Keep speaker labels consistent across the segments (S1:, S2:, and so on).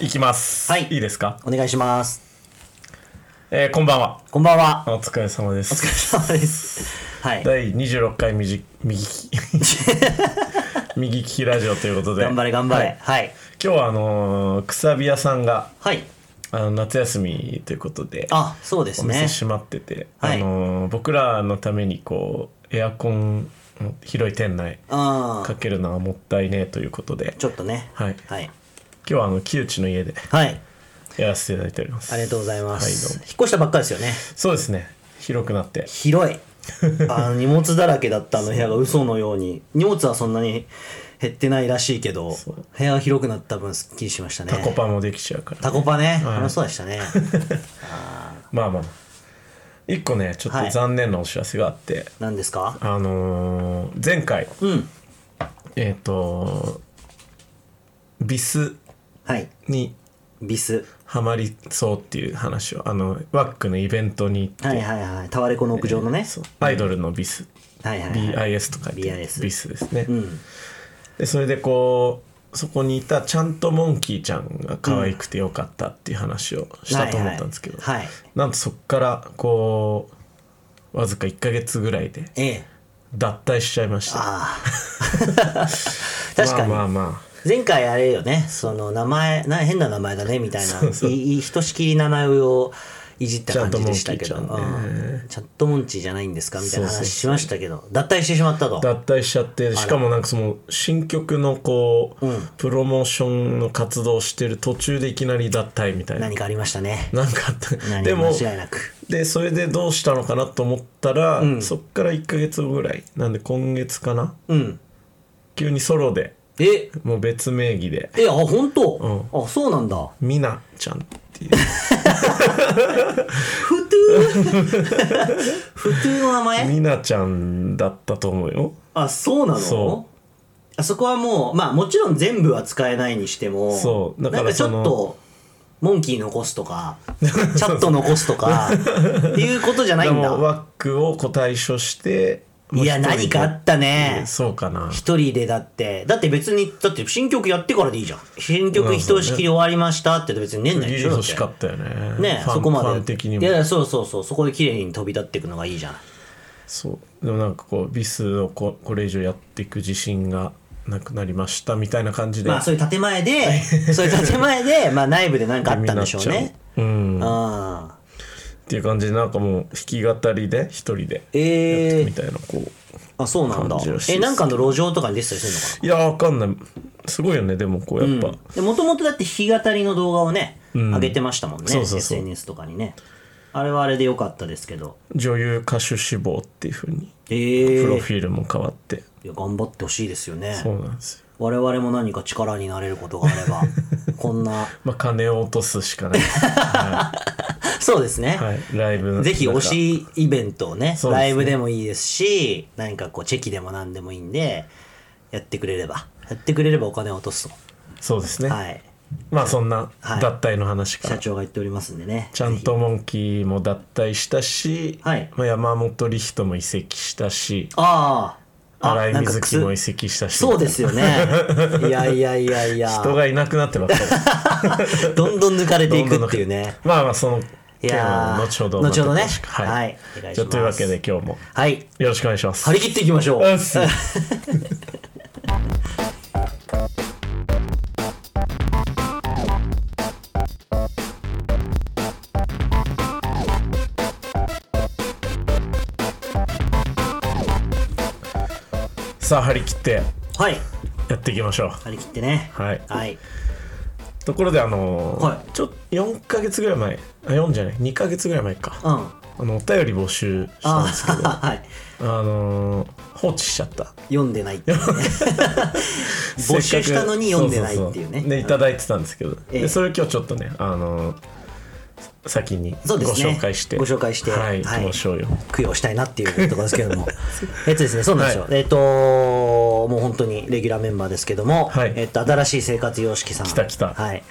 S1: いきます。
S2: はい
S1: いいですか、
S2: お願いします。
S1: えーこんばんは。
S2: こんばんは。
S1: お疲れ様で
S2: お疲
S1: す。
S2: れ様です。はい。
S1: 第26回右右利き 右利きラジオということで。
S2: 頑張れ頑張
S1: は
S2: れ
S1: い。
S2: はい。
S1: 今日はあのーくさび屋さんが
S2: はい。
S1: あの夏休みということで、
S2: あ、そうです
S1: お店
S2: ね。
S1: 閉まってて、
S2: はい
S1: あのー僕らのためにこうエアコンの広い店内
S2: うん。
S1: かけるのはもったいねえということで、
S2: ちょっとね。
S1: はい。今
S2: はい。
S1: 日はあの木内の家で
S2: はい。
S1: やらせていただいております。
S2: ありがとうございま
S1: はいどう
S2: す。
S1: も
S2: 引っ越したばっかりですよね。
S1: そうですね。広くなって。
S2: 広い。 あの荷物だらけだったあの部屋が嘘のように荷物はそんなに減ってないらしいけど
S1: そう
S2: 部屋が広くなった分すっきりしましたね
S1: タコパもできちゃうから。
S2: タコパね
S1: はい
S2: 楽しそうでし たね
S1: まあまあ。一個ね、ちょっ
S2: は
S1: と
S2: い
S1: 残念なお知らせがあって、
S2: 何ですか
S1: あのー前回、
S2: うん
S1: えっ、と、ビス
S2: はい
S1: に
S2: ビス
S1: ハマりそうっていう話を、あの、ワックのイベントに行って、
S2: はいはいはいタワレコの屋上のね、
S1: そうアイドルのビス、
S2: はいはいはい、
S1: BIS とか言って、
S2: BIS
S1: ビスですね。
S2: うん
S1: でそれでこうそこにいたちゃんとモンキーちゃんが可愛くてよかったっていう話をしたと思ったんですけど、
S2: はいはいはい
S1: なんとそこからこうわずか1ヶ月ぐらいで
S2: ええ
S1: 脱退しちゃいました
S2: あ あ確かに、
S1: まあまあま
S2: 前回あれよねその名前な変な名前だねみたいな
S1: そうそう
S2: いいひとしきり名前をいじった感じでしたけ
S1: チ
S2: ど
S1: ャットモンキーちゃんね
S2: うんチャットモンチーじゃないんですかみたいな
S1: そうそう
S2: 話
S1: そう
S2: しましたけど脱退してしまったと
S1: あ脱退しちゃってしかもなんかその新曲のこう、
S2: うん
S1: プロモーションの活動をしてる途中でいきなり脱退みたいな
S2: 何かありましたね
S1: なんかあった
S2: 何
S1: で
S2: も
S1: も
S2: 間違いなく
S1: でそれでどうしたのかなと思ったら、
S2: うん
S1: そっから1ヶ月後ぐらいなんで今月かな
S2: うん
S1: 急にソロで
S2: え
S1: もう別名義で
S2: えあ本当、
S1: う
S2: あそうなんだ
S1: ミナちゃんっていう
S2: 普 通普通の名前
S1: ミナちゃんだったと思うよ
S2: あそうなの
S1: そ
S2: あそこはもうまあもちろん全部は使えないにしても
S1: そうだから
S2: なんかちょっとモンキー残す とかチャット残すとかっていうことじゃない
S1: で
S2: ん
S1: も
S2: だ
S1: ワックをこう対処してもう
S2: いや
S1: 一人で
S2: 何かあったね
S1: そうかな
S2: 一人でだってだって別にだって新曲やってからでいいじゃん新曲ひとしきり終わりましたって別に年内
S1: ギ
S2: で
S1: リ
S2: しょだ
S1: 欲
S2: っ
S1: してかったよね
S2: ね
S1: ファン
S2: そこま
S1: フ
S2: で
S1: ァン的に
S2: いやい
S1: も
S2: やそうそうそうそこで綺麗に飛び立っていくのがいいじゃん
S1: そうでもなんかこうビスをここれ以上やっていく自信がなくなりましたみたいな感じで、
S2: まあそういう建 前でそういう建前でまあ内部で何かあったんでしょうね
S1: ミナちゃんうん
S2: う
S1: っ
S2: ん
S1: ていう感じでなんかもう弾き語りで一人でやって
S2: ええ
S1: みたいなこう
S2: あそうなんだ
S1: 感じらしいで
S2: え
S1: す
S2: なんかの路上とかに出てたりす
S1: いやわかんないすごいよねでもこうや
S2: る
S1: っ
S2: の
S1: ぱ、
S2: かなもともとだって弾き語りの動画をね、上げてましたもんね
S1: そうそうそう
S2: SNS とかにねあれはあれでよかったですけど
S1: 女優歌手志望っていうふうに
S2: ええ
S1: プロフィールも変わって、
S2: いや頑張ってほしいですよね
S1: そうなんですよ
S2: 我々も何か力になれることがあれ ばこんな
S1: まあ金を落とすしか ないは
S2: そうですね、
S1: い、はい、ライブ
S2: ぜひ推
S1: い
S2: しイベントをね
S1: そうですね
S2: ライブでもいいですし何かこうチェキでも何でもいいんでやってくれればやってくれればお金を落とすと
S1: そうですね、
S2: はい
S1: まあそんな
S2: はい
S1: 脱退の話から、
S2: 社長が言っておりますんでね
S1: ちゃんとモンキーも脱退したし、
S2: はい
S1: まあ、山本理人も移籍したし
S2: ああ。あ
S1: 新井
S2: なんか
S1: 瑞
S2: く
S1: 希
S2: す
S1: も移籍したし
S2: そうですよね。いやいやいやいや。
S1: 人 がいなくなってばっかり
S2: どんどん抜かれていくっていうね。
S1: まあまあその
S2: い
S1: 件
S2: や
S1: は
S2: ー
S1: 後ほど
S2: 後ほどね
S1: また詳しくはい、
S2: はいお願いします
S1: じゃあというわけで今日も
S2: はい。
S1: よろしくお願いします
S2: 張り切っていきましょう。
S1: うっす さあ張り切って
S2: はい。
S1: やっていきましょう
S2: 張り切ってね。
S1: はい
S2: はい。
S1: ところであのー
S2: はい
S1: ちょ4ヶ月ぐらい前あ4じゃない2ヶ月ぐらい前か
S2: うん。
S1: あのお便り募集したん
S2: あ
S1: ですけど
S2: あ、はい。
S1: あのー放置しちゃった
S2: 読んでないっていうね。 募集したのに読んでないっていう
S1: そそ
S2: ね。
S1: そでいただいてたんですけど、
S2: ええ
S1: でそれを今日ちょっとねあのー先にご
S2: そうですね
S1: 紹介して、
S2: ご紹介して
S1: はい、
S2: はい
S1: 行きましょうよ
S2: 供養したいなっていうところですけれどもえっとですねそうなんですよ、えっともう本当にレギュラーメンバーですけども、
S1: はい
S2: えっと新しい生活様式さん
S1: 来た来た
S2: はい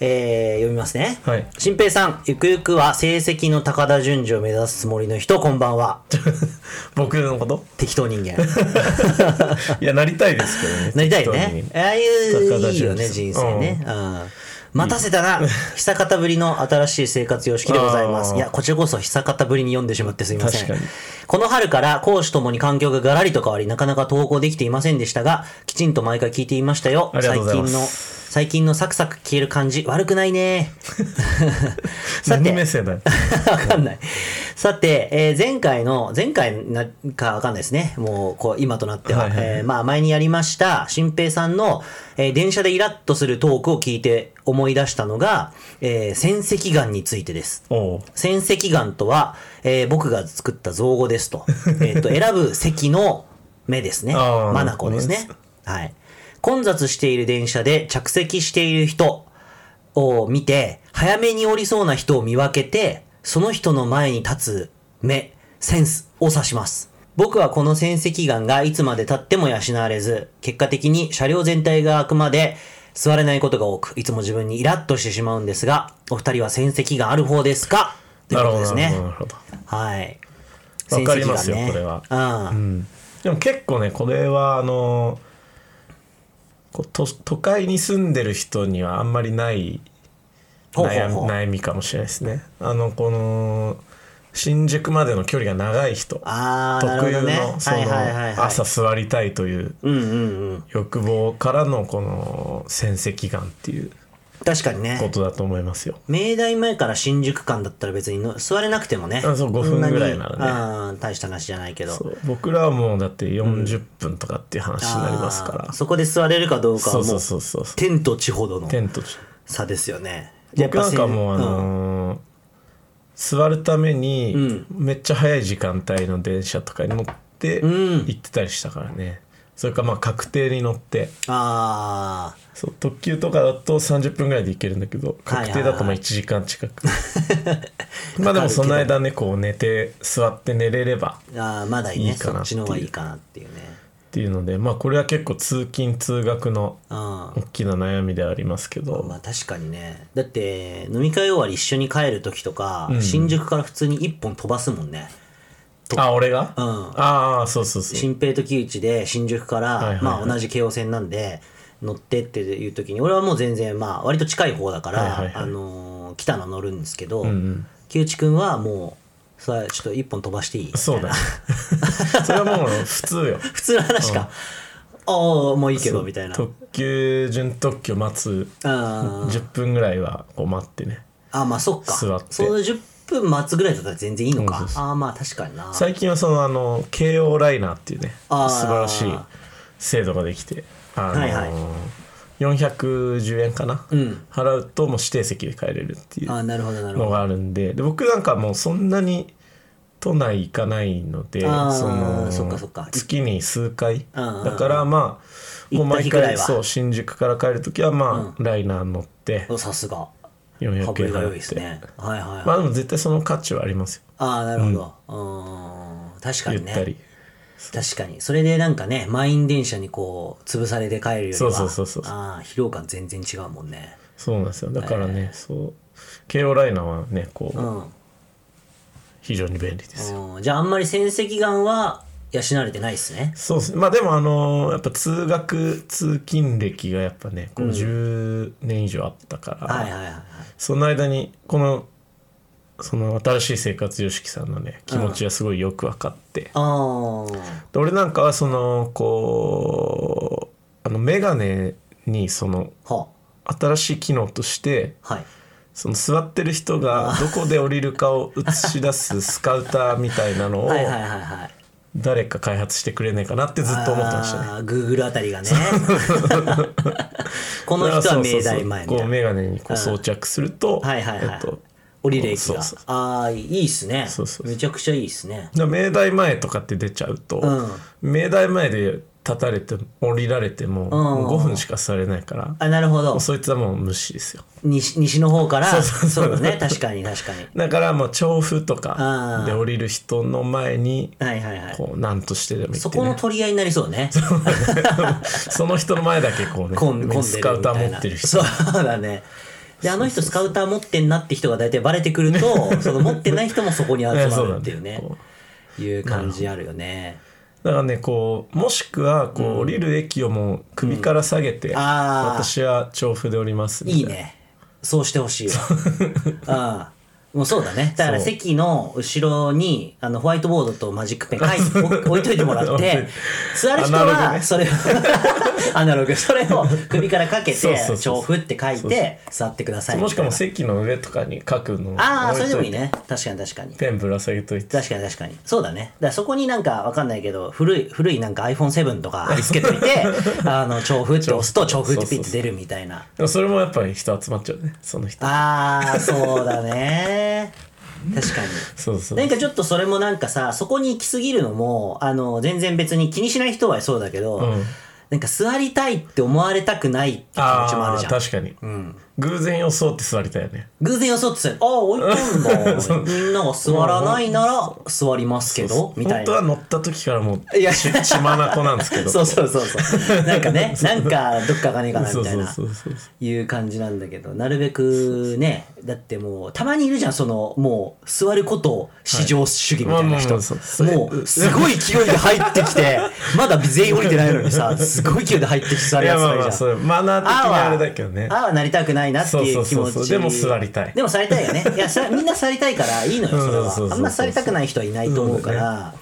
S2: えー読みますね。
S1: はい
S2: 新平さん、ゆくゆくは成績の高田順次を目指すつもりの人、こんばん は。
S1: 僕の こと
S2: 適当人間。
S1: いやなりたいですけどね
S2: なりたい
S1: 適
S2: ね。
S1: 当に
S2: ああいう、
S1: 高田
S2: いいよ
S1: 純
S2: ね、
S1: 次
S2: 人生ね。うん待たせたな、久方ぶりの新しい生活様式でございます。
S1: あー
S2: いや、こちらこそ久方ぶりに読んでしまってすみません
S1: 確かに。
S2: この春から講師ともに環境がガラリと変わり、なかなか投稿できていませんでしたが、きちんと毎回聞いていましたよ。
S1: ありがとうござい
S2: 最
S1: ま
S2: 近の、最近のサクサク消える感じ、悪くないね。さ
S1: 何
S2: て、
S1: 目線だよ
S2: わかんない。さて、えー前回の、前回なかわかんないですね。もう、こう、今となっては。
S1: はいはいはい
S2: えーまあ、前にやりました、新平さんの、えー電車でイラッとするトークを聞いて思い出したのが、えー戦石岩についてです。
S1: おう
S2: 戦石岩とは、えー僕が作った造語ですと。え っと、選ぶ石の目ですね。
S1: あー
S2: マナコですね。はい。混雑している電車で着席している人を見て、早めに降りそうな人を見分けて、その人の前に立つ目、センスを指します。僕はこの戦石岩がいつまで経っても養われず、結果的に車両全体が空くまで座れないことが多く、いつも自分にイラッとしてしまうんですが、お二人は戦石岩ある方ですかという
S1: なる
S2: こ
S1: ほ
S2: と
S1: ど
S2: で
S1: な
S2: す
S1: るほどなる
S2: ね。
S1: ほど
S2: はい。
S1: わかりますよ
S2: 戦石岩ね
S1: これうんでも結構ねこれはあのこう都都会に住んでる人にはあんまりない
S2: ほうほう
S1: 悩み
S2: ほう
S1: 悩みかもしれないですねあのこの新宿までの距離が長い人
S2: あー、なる
S1: 特
S2: ほ
S1: 有
S2: どね。
S1: のそ
S2: はいはいはいはい。
S1: の朝座りたいという
S2: うんうんうん。
S1: 欲望からのこの戦績眼っていう
S2: 確かにね。
S1: ことだと思いますよ。
S2: 明大前から新宿間だったら別にの座れなくてもね
S1: あそう5分ぐらいならね
S2: らね大した話じゃないけど
S1: そう僕らはもうだって40分とかっていう話になりますから、
S2: あーそこで座れるかどうか
S1: そう
S2: はも
S1: そううそうそう
S2: 天と地ほどの
S1: テント
S2: 差ですよね
S1: 僕なんかもうあ
S2: せんん
S1: のー座るために
S2: ん
S1: めっちゃ早い時間帯の電車とかに乗って
S2: ん
S1: 行ってたりしたからね、それかまあ確定に乗って
S2: あ
S1: そう特急とかだと30分ぐらいで行けるんだけど
S2: はいはいはい
S1: 確定だとまあ1時間近 くまあでもその間ねこう寝て座って寝れれば
S2: ーあーまだいいね
S1: いいか
S2: そ
S1: な
S2: っ
S1: って
S2: ち
S1: いう
S2: の方がいいかなっていうね
S1: っていうのでまあこれは結構通勤通学の
S2: うんま
S1: 大きな悩みではありますけど、
S2: あ確かにねだって飲み会終わり一緒に帰る時とか、
S1: ん
S2: 新宿から普通に1本飛ばすもんね
S1: あ俺が、
S2: うん
S1: ああそうそうそう
S2: 新平と木内で新宿から、
S1: いはいはい
S2: まあ、同じ京王線なんで乗ってっていう時に俺はもう全然まあ割と近い方だから、
S1: はいはいはい
S2: あのー北野乗るんですけど、
S1: うんうん
S2: 木内くんはもうさあちょっと一本飛ばしていい
S1: そうだね それはもう普通よ
S2: 普通の話か、ああもういいけどみたいな
S1: 特急準特急待つ
S2: あー
S1: 10分ぐらいはこう待ってね
S2: あまあそっか
S1: 座って
S2: その10分待つぐらいだったら全然いいの
S1: うん
S2: か、
S1: そうそ
S2: ああまあ確かにな
S1: 最近はそのあの慶応ライナーっていうね素
S2: あー
S1: 晴らしい制度ができてあの
S2: はいはい
S1: 410円かな、
S2: うん
S1: 払うともう指定席で帰れるってい
S2: ああ
S1: う
S2: なるほどなる
S1: の
S2: ほど
S1: があるんでで僕なんかもうそんなに都内行かないので
S2: あー
S1: その
S2: そっかそっか
S1: 月に数回
S2: うんうんうん
S1: だからまあもう
S2: 行った
S1: 毎
S2: 日ぐらいは
S1: 回そう新宿から帰る時はまあライナー乗って
S2: おさすが
S1: 400円
S2: 羽振りが良い
S1: 払
S2: で
S1: っ
S2: す
S1: て
S2: ねはいはい、はい
S1: まあでも絶対その価値はありますよ
S2: ああなるほど、うーん、確か
S1: ゆ
S2: に
S1: っ
S2: ね
S1: たり
S2: 確かに。それでなんかね、満員電車にこう、潰されて帰るよりは、
S1: そうそうそうそう
S2: ああ、疲労感全然違うもんね。
S1: そうなんですよだからね、そう慶応ライナーはねこう、
S2: うん。
S1: 非常に便利ですよ、
S2: うんじゃああんまり戦績眼は養われてないですね。
S1: そうですねまあでもあのーやっぱ通学通勤歴がやっぱねこう10年以上あったから、
S2: はいはいはいはい。
S1: その間にこのその新しい生活様式さんのね気持ちがすごいよく分かって、
S2: あ
S1: で俺なんかはそのこうあの眼鏡にその
S2: あ、は
S1: 新しい機能として
S2: あ、はい。
S1: その座ってる人 がどこで降りるかを映し出すスカウターみたいなのを
S2: はいはいはいはい。
S1: 誰か開発してくれないかなってずっと思ってましたね。
S2: ね。Google あた りがね。この人は明大前み
S1: こ
S2: た
S1: う
S2: いな。
S1: メガネにこう装着すると、
S2: はいはいは
S1: え
S2: い
S1: っと。
S2: 降りる駅
S1: そう
S2: が
S1: そう。
S2: ああ、いいっすね
S1: そうそう。そう
S2: めちゃくちゃいいっすね。
S1: だから明大前とかって出ちゃうと、
S2: うん
S1: 明大前で立たれて降りられても,、
S2: ん
S1: もう5分しか座れないから、も
S2: あ、なるほど
S1: う。そいつはもう無視ですよ
S2: 西西の方から、
S1: うそうそう
S2: そうだね。確かに確かに。
S1: だからもう調布と
S2: あ
S1: か
S2: ー
S1: で降りる人の前に
S2: はいはいはい。
S1: こう何としてでも行
S2: そ
S1: って、
S2: この
S1: ね、
S2: 取り合いになりそうね。
S1: その人の前だけこうね
S2: 混ん混んでるみたいな。
S1: スカウター持ってる人
S2: そうだね。で、あの人スカウター持ってんなって人が大体バレてくると、その持ってない人もそこに集ま
S1: ええそう
S2: る
S1: だ
S2: っていうね、
S1: こ
S2: いう感じあるよね。
S1: だからねこうもしくはこう、降りる駅をもう首から下げて、
S2: あー
S1: 私は調布で降りますみた
S2: い
S1: い
S2: い
S1: な
S2: ね。そうしてほしいわ。ああ。もうそうだね。だから
S1: そう
S2: 席の後ろに、あの、ホワイトボードとマジックペン書いて置置いとい てもらっ
S1: 置い
S2: て、座る人
S1: アナログ
S2: は、
S1: ね
S2: それを、アナログ、それを首からかけ
S1: そう
S2: て
S1: そうそ、う
S2: 調布って書いて、座ってくださいみ
S1: もし
S2: たい
S1: か
S2: な。
S1: も席の上とかに書くのを
S2: ああ、それでもいい
S1: 置とて
S2: ね。確かに確かに。
S1: ペンぶら下げといて
S2: 確かに確かに。そうだね。だからそこになんかわかんないけど、古い、古いなんか iPhone7 とか見つけと いて、あの、調布って押すと調布ってピッて出るみたいな。
S1: でもそれもやっぱり人集まっちゃうねその人
S2: ああ、そう だね。確かに。
S1: そうそう
S2: なんかちょっとそれもなんかさ、そこに行き過ぎるのも、あの、全然別に気にしない人はそうだけど、
S1: ん
S2: なんか座りたいって思われたくないって気持ちもある
S1: あ
S2: じ
S1: あ
S2: ゃん。
S1: 確かに、偶然予想って座りたいよね
S2: 偶然よそってさ、ああ、置いてんだ。 みんなが座らないなら座りますけど、みたい
S1: 本当は
S2: な。
S1: 乗った時からもう
S2: いや
S1: ち血まなこなんですけど
S2: そうそうそうそう。 なんかね、なんかどっかがねえかな、
S1: そう
S2: みたい
S1: そう
S2: な。
S1: そうそう
S2: いう感じなんだけど、なるべくね、だってもう、たまにいるじゃん、その、もう、座ることを至上主義みたい
S1: はいまあ
S2: な人。
S1: まあまあそうそれ
S2: もう、すごい勢いで入ってきて、 まだ全員降りてないのにさ、すごい勢いで入ってきて座
S1: い
S2: るや
S1: や
S2: つ
S1: まあま
S2: がいる
S1: あ
S2: じゃ
S1: そ
S2: ん。
S1: れマナー的にあれだけどね
S2: ああはなりたくないなっていう気持ち
S1: そうそうそうそうでも座りたい
S2: でも座りたいよね。いや、さみんな座りたいからいいのよ、それ
S1: うんそうそうそう
S2: は。
S1: そう
S2: あんま座りたくない人はいないと思うから。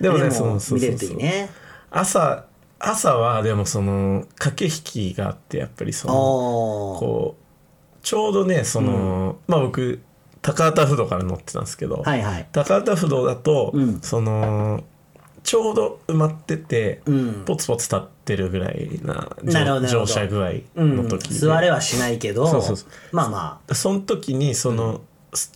S1: でもねそうそう
S2: 見
S1: そ
S2: れる
S1: う
S2: と
S1: そ
S2: いういね。
S1: 朝朝はでもその駆け引きがあってやっぱりその
S2: おー。
S1: こうちょうどねその、まあ僕高畑不動から乗ってたんですけど、
S2: はいはい。
S1: 高畑不動だと、
S2: うん
S1: そのちょうど埋まってて、
S2: うん
S1: ポツポツ立ってるぐらいな
S2: なるほどなるほど
S1: 乗乗車具合
S2: うん
S1: の時で、
S2: 座れはしないけど、
S1: そうそうそう
S2: まあま
S1: その時にその、す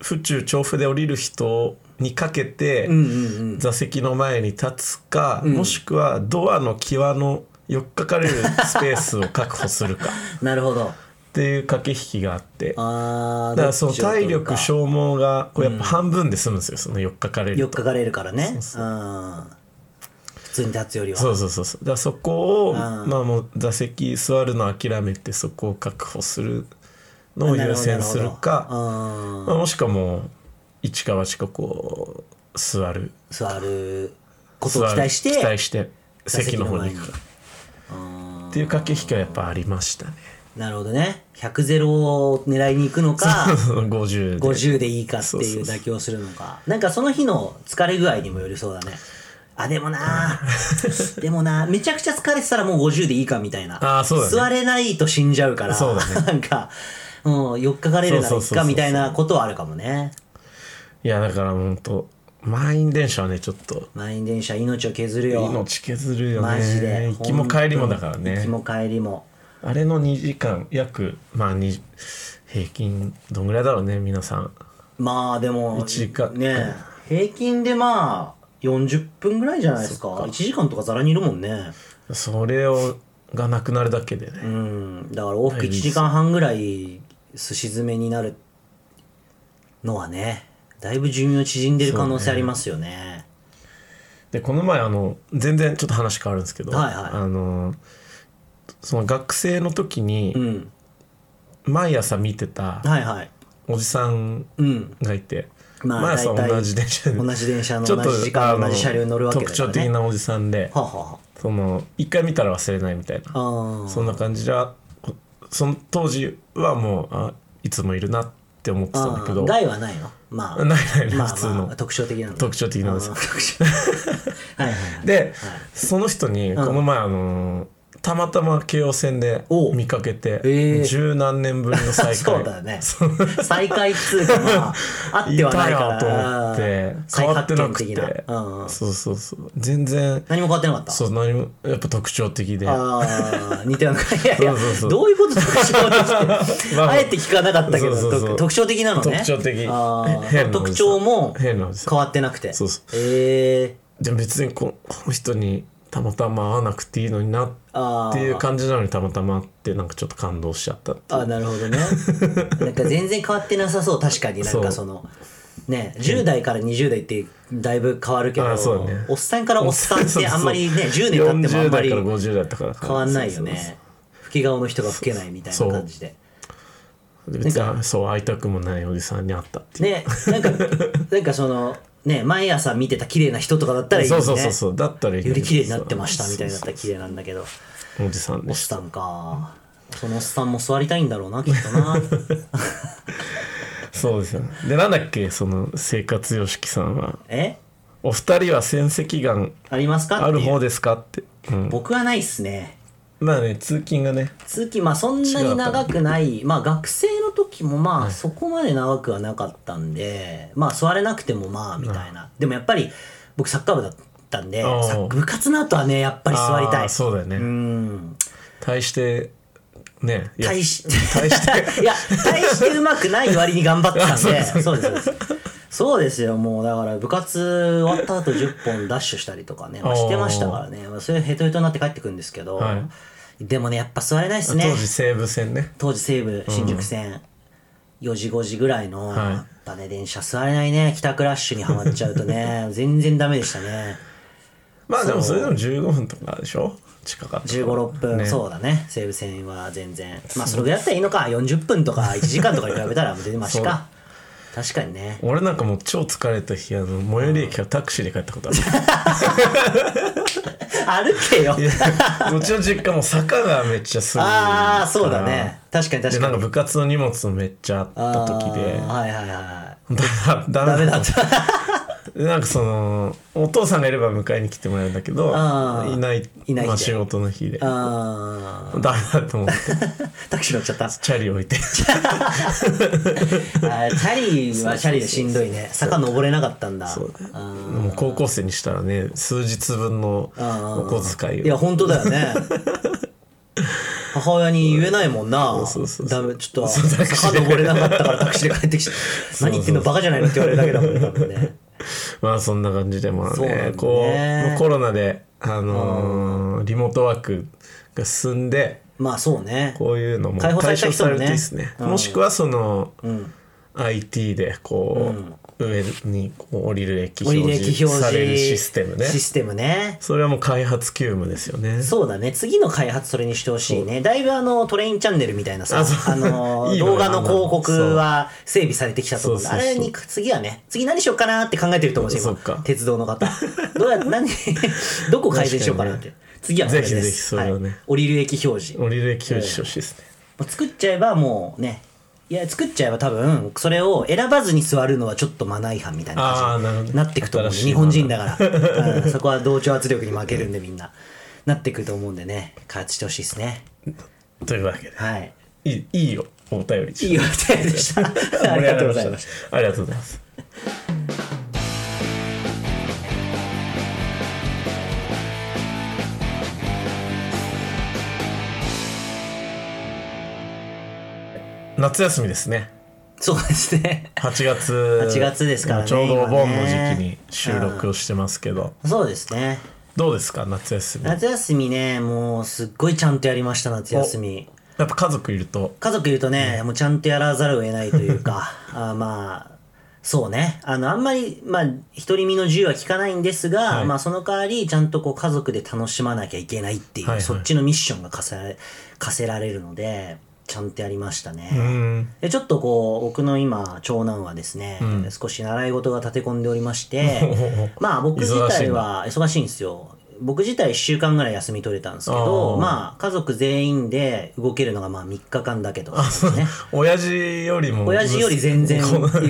S1: 府中調布で降りる人にかけて、
S2: あ。うんうんうん。
S1: 座席の前に立つか、
S2: ん
S1: もしくはドアの際のよっかかれるスペースを確保する かっ
S2: なるほど。
S1: ていう駆け引きがあって
S2: あー
S1: だからその
S2: どっちを取
S1: 体
S2: るか
S1: 力消耗がこうやっぱ半分で済むんですよ、その4日かれる
S2: よっ
S1: と
S2: かかれるからね。うん。
S1: うそ
S2: 普通に立つよりは。
S1: そうそうそうそうだからそこを
S2: あー
S1: まあもう座席座るの諦めてそこを確保するのを
S2: なる
S1: 優
S2: ほど
S1: 先する
S2: な
S1: か
S2: ほどうん
S1: まあ、もしくはもう一か八かこう座る
S2: 座ること
S1: 座
S2: を
S1: る
S2: 期待して、
S1: 期待して席の方に行く
S2: 座席の前に
S1: かっていう駆け引きはやっぱありましたね
S2: なるほどね。100ゼロを狙いに行くの か、
S1: 50で
S2: 50でいいかって
S1: そう
S2: い
S1: そううそう
S2: 妥協するのか。なんかその日の疲れ具合にもよりそうだね。あ、でもな でもなめちゃくちゃ疲れてたらもう50でいいかみたいな。
S1: あーそうだね
S2: 座れないと死んじゃうから、
S1: そうだね
S2: なんか、うん、4日かれるなら
S1: そうそう
S2: いっ
S1: そうそ
S2: か
S1: う
S2: みたいなことはあるかもね。
S1: いやだからほんと満員電車はねちょっと
S2: 満員電車命を削るよ。
S1: 命削るよね
S2: マジで。
S1: 行きも帰りもだから
S2: 行
S1: ね
S2: きも帰りも。
S1: あれの2時間約まあに平均どんぐらいだろうね皆さん
S2: まあでも、
S1: 一時間
S2: ね平均でまあ、40分ぐらいじゃないですか。1時間とかざらにいるもんね。
S1: それをがなくなるだけでね、
S2: うん、だから往復1時間半ぐらいすし詰めになるのはねだいぶ寿命縮んでる可能性ありますよね
S1: でこの前あの全然ちょっと話変わるんですけど、
S2: はいはい
S1: あのその学生の時
S2: う
S1: に
S2: ん
S1: 毎朝見てた
S2: はいはい
S1: おじさん
S2: うん
S1: がいて、
S2: まあ
S1: 毎朝
S2: 大体
S1: 同じ電車で
S2: 同じ電車の
S1: ちょっと
S2: 同じ時間
S1: あの
S2: 同じ車両に乗るわけだから
S1: 特徴
S2: ね
S1: 的なおじさんで
S2: はあは
S1: その一回見たら忘れないみたいな
S2: あはああ
S1: そんな感じでその当時はもうあいつもいるなって思ってたんだけ
S2: あ
S1: ど
S2: 害はないのま あ
S1: ないないない
S2: まあ
S1: 普通の
S2: まあ特徴的なの
S1: 特徴的なん ですよ
S2: あー特徴はいはいはい
S1: で、その人にこの前、あのーたまたま京王線で
S2: おう
S1: 見かけて、
S2: えー
S1: 十何年ぶりの再会
S2: そうだね再開っつうか まああってはないから
S1: いたよと思って
S2: うん
S1: 変わってなく
S2: 再発見
S1: て
S2: 的なうんうん
S1: そうそうそう全然
S2: 何も変わってなかった
S1: そう何もやっぱ特徴的で
S2: ああ、似たような。いやいや
S1: そうそうそう
S2: どういうこと特徴的って
S1: まあ
S2: あえて聞かなかったけど、
S1: そうそうそう
S2: と特徴的なのね。
S1: 特徴的
S2: あー
S1: 変なお
S2: 特
S1: じさん
S2: 徴も
S1: 変
S2: 変
S1: なおじさん
S2: わってなくて。
S1: そうそう
S2: ええ
S1: でも別にここの人にたまたま会わなくていいのになっ
S2: あー
S1: ていう感じなのにたまたま会ってなんかちょっと感動しちゃったっていう
S2: あなる ほどね。なんか全然変わってなさそう、確かに。なん
S1: そ
S2: か
S1: う
S2: その、ね、10代から20代ってだいぶ変わるけど、
S1: あそうだね
S2: おっさんからおっさんってあん まりね、10年経ってもあん
S1: 40
S2: まり
S1: 代から50代とかだから
S2: 変わんないよね。老け顔の人が老けないみたいな感じで。
S1: 別にそう会いたくもないおじさんに会ったっていう、
S2: ね、なんか、なんかその、ね、毎朝見てた綺麗な人とかだったらいい
S1: そ
S2: で
S1: う
S2: す
S1: そう
S2: ね。
S1: そうそうだったらいい
S2: より綺麗になってましたみたいだったら綺麗なんだけど、
S1: たおじさん
S2: お
S1: で
S2: っ
S1: した
S2: さんか。そのおっさんも座りたいんだろうな、きっ とな。
S1: そうですよねでなんだっけその生活様式さんは
S2: え
S1: 「お二人は戦石がん
S2: ありますか
S1: ある
S2: っていう
S1: 方ですか?」って、うん、
S2: 僕はないっすね。
S1: まあね通勤がね
S2: 通勤、まあそんなに長くない、まあ学生の時もまあそこまで長くはなかったんで、まあ座れなくてもまあみたいな。でもやっぱり僕サッカー部だったんで、
S1: おう
S2: サッ部活の後はね、やっぱり座り
S1: あ
S2: た
S1: ー
S2: い。
S1: そうだよね
S2: うん。
S1: 対してねいや
S2: 大し、
S1: 対して
S2: いや、大してうまくない割に頑張ってたんで、
S1: あ
S2: そうです、そうです。そうですよ、もう、だから、部活終わった後10本ダッシュしたりとかね、まあしてましたからね、まあそれヘトヘトになって帰ってくるんですけど、
S1: は
S2: でもね、やっぱ座れないです
S1: 当
S2: ね。
S1: 時西武線ね
S2: 当時西武新宿線、4時5時ぐらいの、
S1: はい
S2: やっぱね、電車座れないね、帰宅ラッシュにはまっちゃうとね、全然ダメでしたね。
S1: まあでもそれでも15分とかでしょ近かった
S2: 15、6分、
S1: ね
S2: そうだね、西武線は全然。まあ、それぐらいだったらいいのか、40分とか1 時間とかに比べたら、全然マシか。確かにね。
S1: 俺なんかもう超疲れた日あの最寄り駅からタクシーで帰ったことある
S2: 歩け よ。
S1: うちの実家も坂がめっちゃすごいから
S2: ああ、そうだね。確かに
S1: で
S2: 確
S1: な
S2: か
S1: んか
S2: に。
S1: 部活の荷物もめっちゃあった時で
S2: あーはいはいはい。
S1: だだ
S2: ダ
S1: め
S2: メだった。
S1: でなんかそのお父さんがいれば迎えに来てもらうんだけど
S2: あー
S1: いない
S2: いない日で
S1: まあ、仕事の日でダ
S2: あ
S1: メだと思って
S2: ータクシー乗っちゃった。
S1: チャリ置いて
S2: あーチャリはチャリでしんど いね。坂登れなかったんだ。
S1: そう
S2: あー
S1: もう高校生にしたらね数日分の
S2: あー
S1: お小遣いを
S2: いや、本当だよ ね。母親に言えないもんな。
S1: そうそうそう
S2: ダメ、ちょっと、
S1: そうタクシー
S2: 坂
S1: で
S2: 登れなかったからタクシーで帰ってきて、何言ってんのバカじゃないのって言われるだけだもんね多分ね。
S1: まあそんな感じでも
S2: そうなんだね
S1: ねこうもうコロナで、あのーリモートワークが進んで
S2: まあそうね。
S1: こういうのも
S2: 解放さ
S1: 解
S2: れた
S1: 消
S2: 人も
S1: さ
S2: ね
S1: れていいですね
S2: うん
S1: もしくはその、
S2: ん
S1: IT でこう、上にこう降りる駅
S2: 降りる
S1: 表
S2: 駅
S1: 示
S2: 表示。
S1: されるシステムね
S2: システムね。
S1: それはもう開発急務ですよね
S2: そうだね。次の開発それにしてほしいね。だいぶあの、トレインチャンネルみたいなさ、
S1: あ
S2: あ
S1: そう
S2: の、
S1: いいの
S2: 動
S1: よ
S2: 画の広告は整備されてきたと思うんだ
S1: そう
S2: あ
S1: そうそう
S2: れに、次はね、次何しようかなって考えてると思うし、
S1: そ
S2: 今
S1: っか
S2: 鉄道 の方。どうやって、何、 どこ改善しようかなって。次はこれです
S1: ぜひぜひそれをね
S2: い降りる駅表示。も
S1: 降りる駅表示してほしいですね、
S2: う作っちゃえばもうね、いや、作っちゃえば多分、それを選ばずに座るのはちょっとマナー違反みたいな
S1: ああー
S2: 感じ
S1: なるほど
S2: なっていくと思うんで
S1: 新しい
S2: 日本人だから、 うんそこは同調圧力に負けるんでみんななってくると思うんでね開発してほしいですね
S1: というわけで
S2: はい
S1: いいいいよお便り
S2: いいお便りで したありがとうございました
S1: ありがとうございます夏休みですね
S2: たそうですね
S1: 8月
S2: 8月ですからね
S1: ちょうどお盆の
S2: 今
S1: 時
S2: ね
S1: 期に収録をしてますけど、
S2: そうですね
S1: どうですか夏休みやっ
S2: 夏休みねもうすっごいちゃんとやりました夏休み
S1: ぱ家族いると
S2: 家族いるとね、もうちゃんとやらざるを得ないとい うかあーまあそうねあのあんまり、まあ、独り身の自由は聞かないんですが、
S1: はい
S2: まあ、その代わりちゃんとこう家族で楽しまなきゃいけないっていう、
S1: はいはい
S2: そっちのミッションが課せられ課せられるのでちゃんとやりましたね。
S1: うん
S2: でちょっとこう僕の今長男はですね、
S1: ん
S2: 少し習い事が立て込んでおり まして
S1: お
S2: まあ僕自体は忙しいんですよ僕自体1週間ぐらい休み取れたんですけど
S1: あー
S2: まあ家族全員で動けるのがまあ3日間だけとかです ね
S1: 親父よりも
S2: 親父より全然息子の方が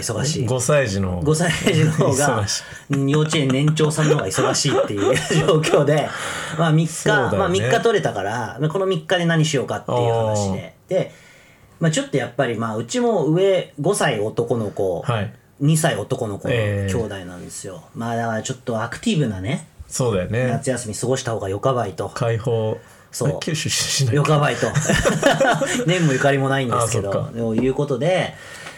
S2: 忙しい
S1: 5歳児の
S2: 5歳児の方が
S1: 忙しい
S2: 幼稚園年長さんの方が忙しいっていう 状況で、まあ、3日、
S1: そうだよね
S2: まあ、3日取れたからこの3日で何しようかっていう話でで、まあ、ちょっとやっぱり、まあ、うちも上5歳男の子、
S1: はい
S2: 2歳男の子の
S1: え
S2: 兄
S1: え
S2: 弟なんですよ、まあだからちょっとアクティブなね
S1: そうだよね
S2: 夏休み過ごした方がよかばいと。
S1: 解放
S2: そう
S1: 九州出身だ
S2: よ
S1: っけ
S2: かばいと。 年もゆかりもないんですけ
S1: あそっ
S2: ど
S1: か。
S2: ということで、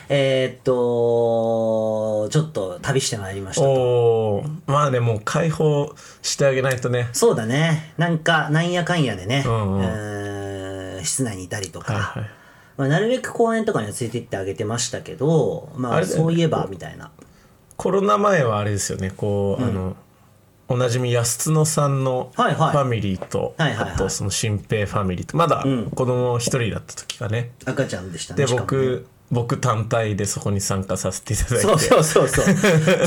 S2: えーっと、ちょっと旅してまいりましたと。
S1: おおまあでも解放してあげないとね
S2: そうだね。なんか、なんやかんやでね、
S1: うんうん
S2: うーん室内にいたりとか、
S1: はいはい
S2: まあ、なるべく公園とかには連れて行ってあげてましたけど、まあ、
S1: あれだよ
S2: そ
S1: ね
S2: ういえば、みたいな。
S1: コロナ前はあれですよねこう、あのおなじみ安角さんのフ
S2: はいはい
S1: ァミリーと、
S2: はいはいはい
S1: あとその新平ファミリーとまだ
S2: うん
S1: 子供一人だった時かね、
S2: 赤ちゃんでしたね。
S1: で
S2: しかもね
S1: 僕僕単体でそこに参加させていただいて
S2: そうそうそうそう。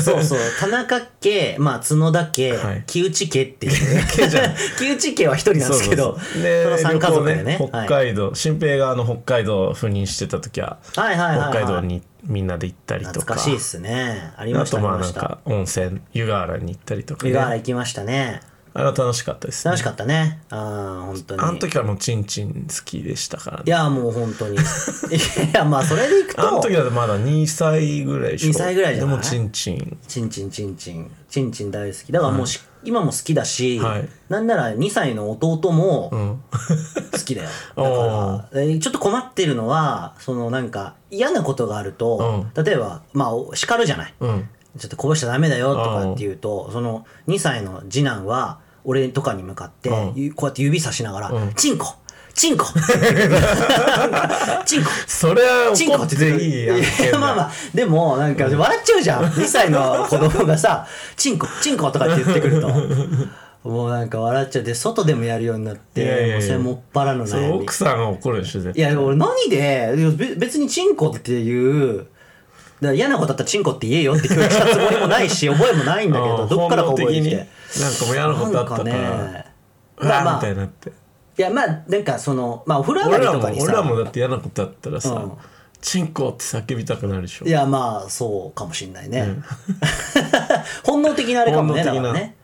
S2: そ うそう。田中家、まあ、角田家、
S1: はい
S2: 木内家っていう。 木内家は一人なんですけど、
S1: そう
S2: そ
S1: そうそうで
S2: の三家族でね。
S1: 旅行北
S2: はい
S1: 海道、新平があの北海道赴任してた時は,、
S2: はいはいはいはい
S1: 北海道にみんなで行ったりと
S2: 懐
S1: か
S2: かしいっすね。あり
S1: あ
S2: まし
S1: と
S2: た、
S1: ま
S2: あ
S1: あ
S2: りま
S1: なん
S2: した。
S1: か温泉湯河原に行ったりとか、
S2: 湯
S1: ね、
S2: 河原
S1: あ
S2: 行きましたね。
S1: れは楽しかったですね
S2: 楽しかったね。ああ、本当に。
S1: あの時はもうチンチン好きでしたからね
S2: いや、もう本当に。いや、まあ、それで行く
S1: あの
S2: と、
S1: 時だとまだ2歳ぐらいでしょ
S2: 2歳ぐらいじゃない
S1: でもチンチン
S2: ちんちんちんちん、ちんちん大好き。だからもうし、今も好きだし、
S1: はい
S2: なんなら2歳の弟も、
S1: うん
S2: 好きだよ。だ
S1: お
S2: から、えーちょっと困ってるのは、そのなんか嫌なことがあると、例えば、まあお叱るじゃない。
S1: うん
S2: ちょっとこぼしちゃダメだよとかって言うと、その2歳の次男は、俺とかに向かって、
S1: うん
S2: ゆこうやって指さしながら、
S1: うん
S2: チンコチ ンコチンコ
S1: それは
S2: チンコ
S1: 怒
S2: っ
S1: ってて
S2: 言って
S1: いいやんけんな
S2: まあまあ、でも、なんか、笑っちゃうじゃん。2歳の子供がさ、チンコ、チンコとかって言ってくると。もうなんか笑っちゃって、外でもやるようになって、
S1: いやいやいや
S2: もうそれもっぱらの
S1: それ
S2: 悩み
S1: 奥。さんが怒るでしょ絶
S2: い
S1: 対
S2: や、俺何で、いやべ別にチンコっていう、だから嫌なことあったらチンコって言えよって教育したつもりもな いし、覚えもないんだけ
S1: う
S2: ど、
S1: ん
S2: どっからか覚えてき
S1: 本
S2: て。
S1: 能的になんかもう嫌なことあったから
S2: なんね、
S1: う
S2: まあ
S1: わ
S2: まあ
S1: みたいになって
S2: いや、まあ、なんかその、まあ、お風呂上が
S1: 俺
S2: り
S1: ら
S2: と
S1: も
S2: かに
S1: 俺
S2: さ、
S1: らもだって嫌なことあったら
S2: うん
S1: さ「チンコ」って叫びたくなるでしょ
S2: いやまあそうかもしんないね、 本能的なあれかもねだ
S1: 本
S2: か
S1: 能的な
S2: らね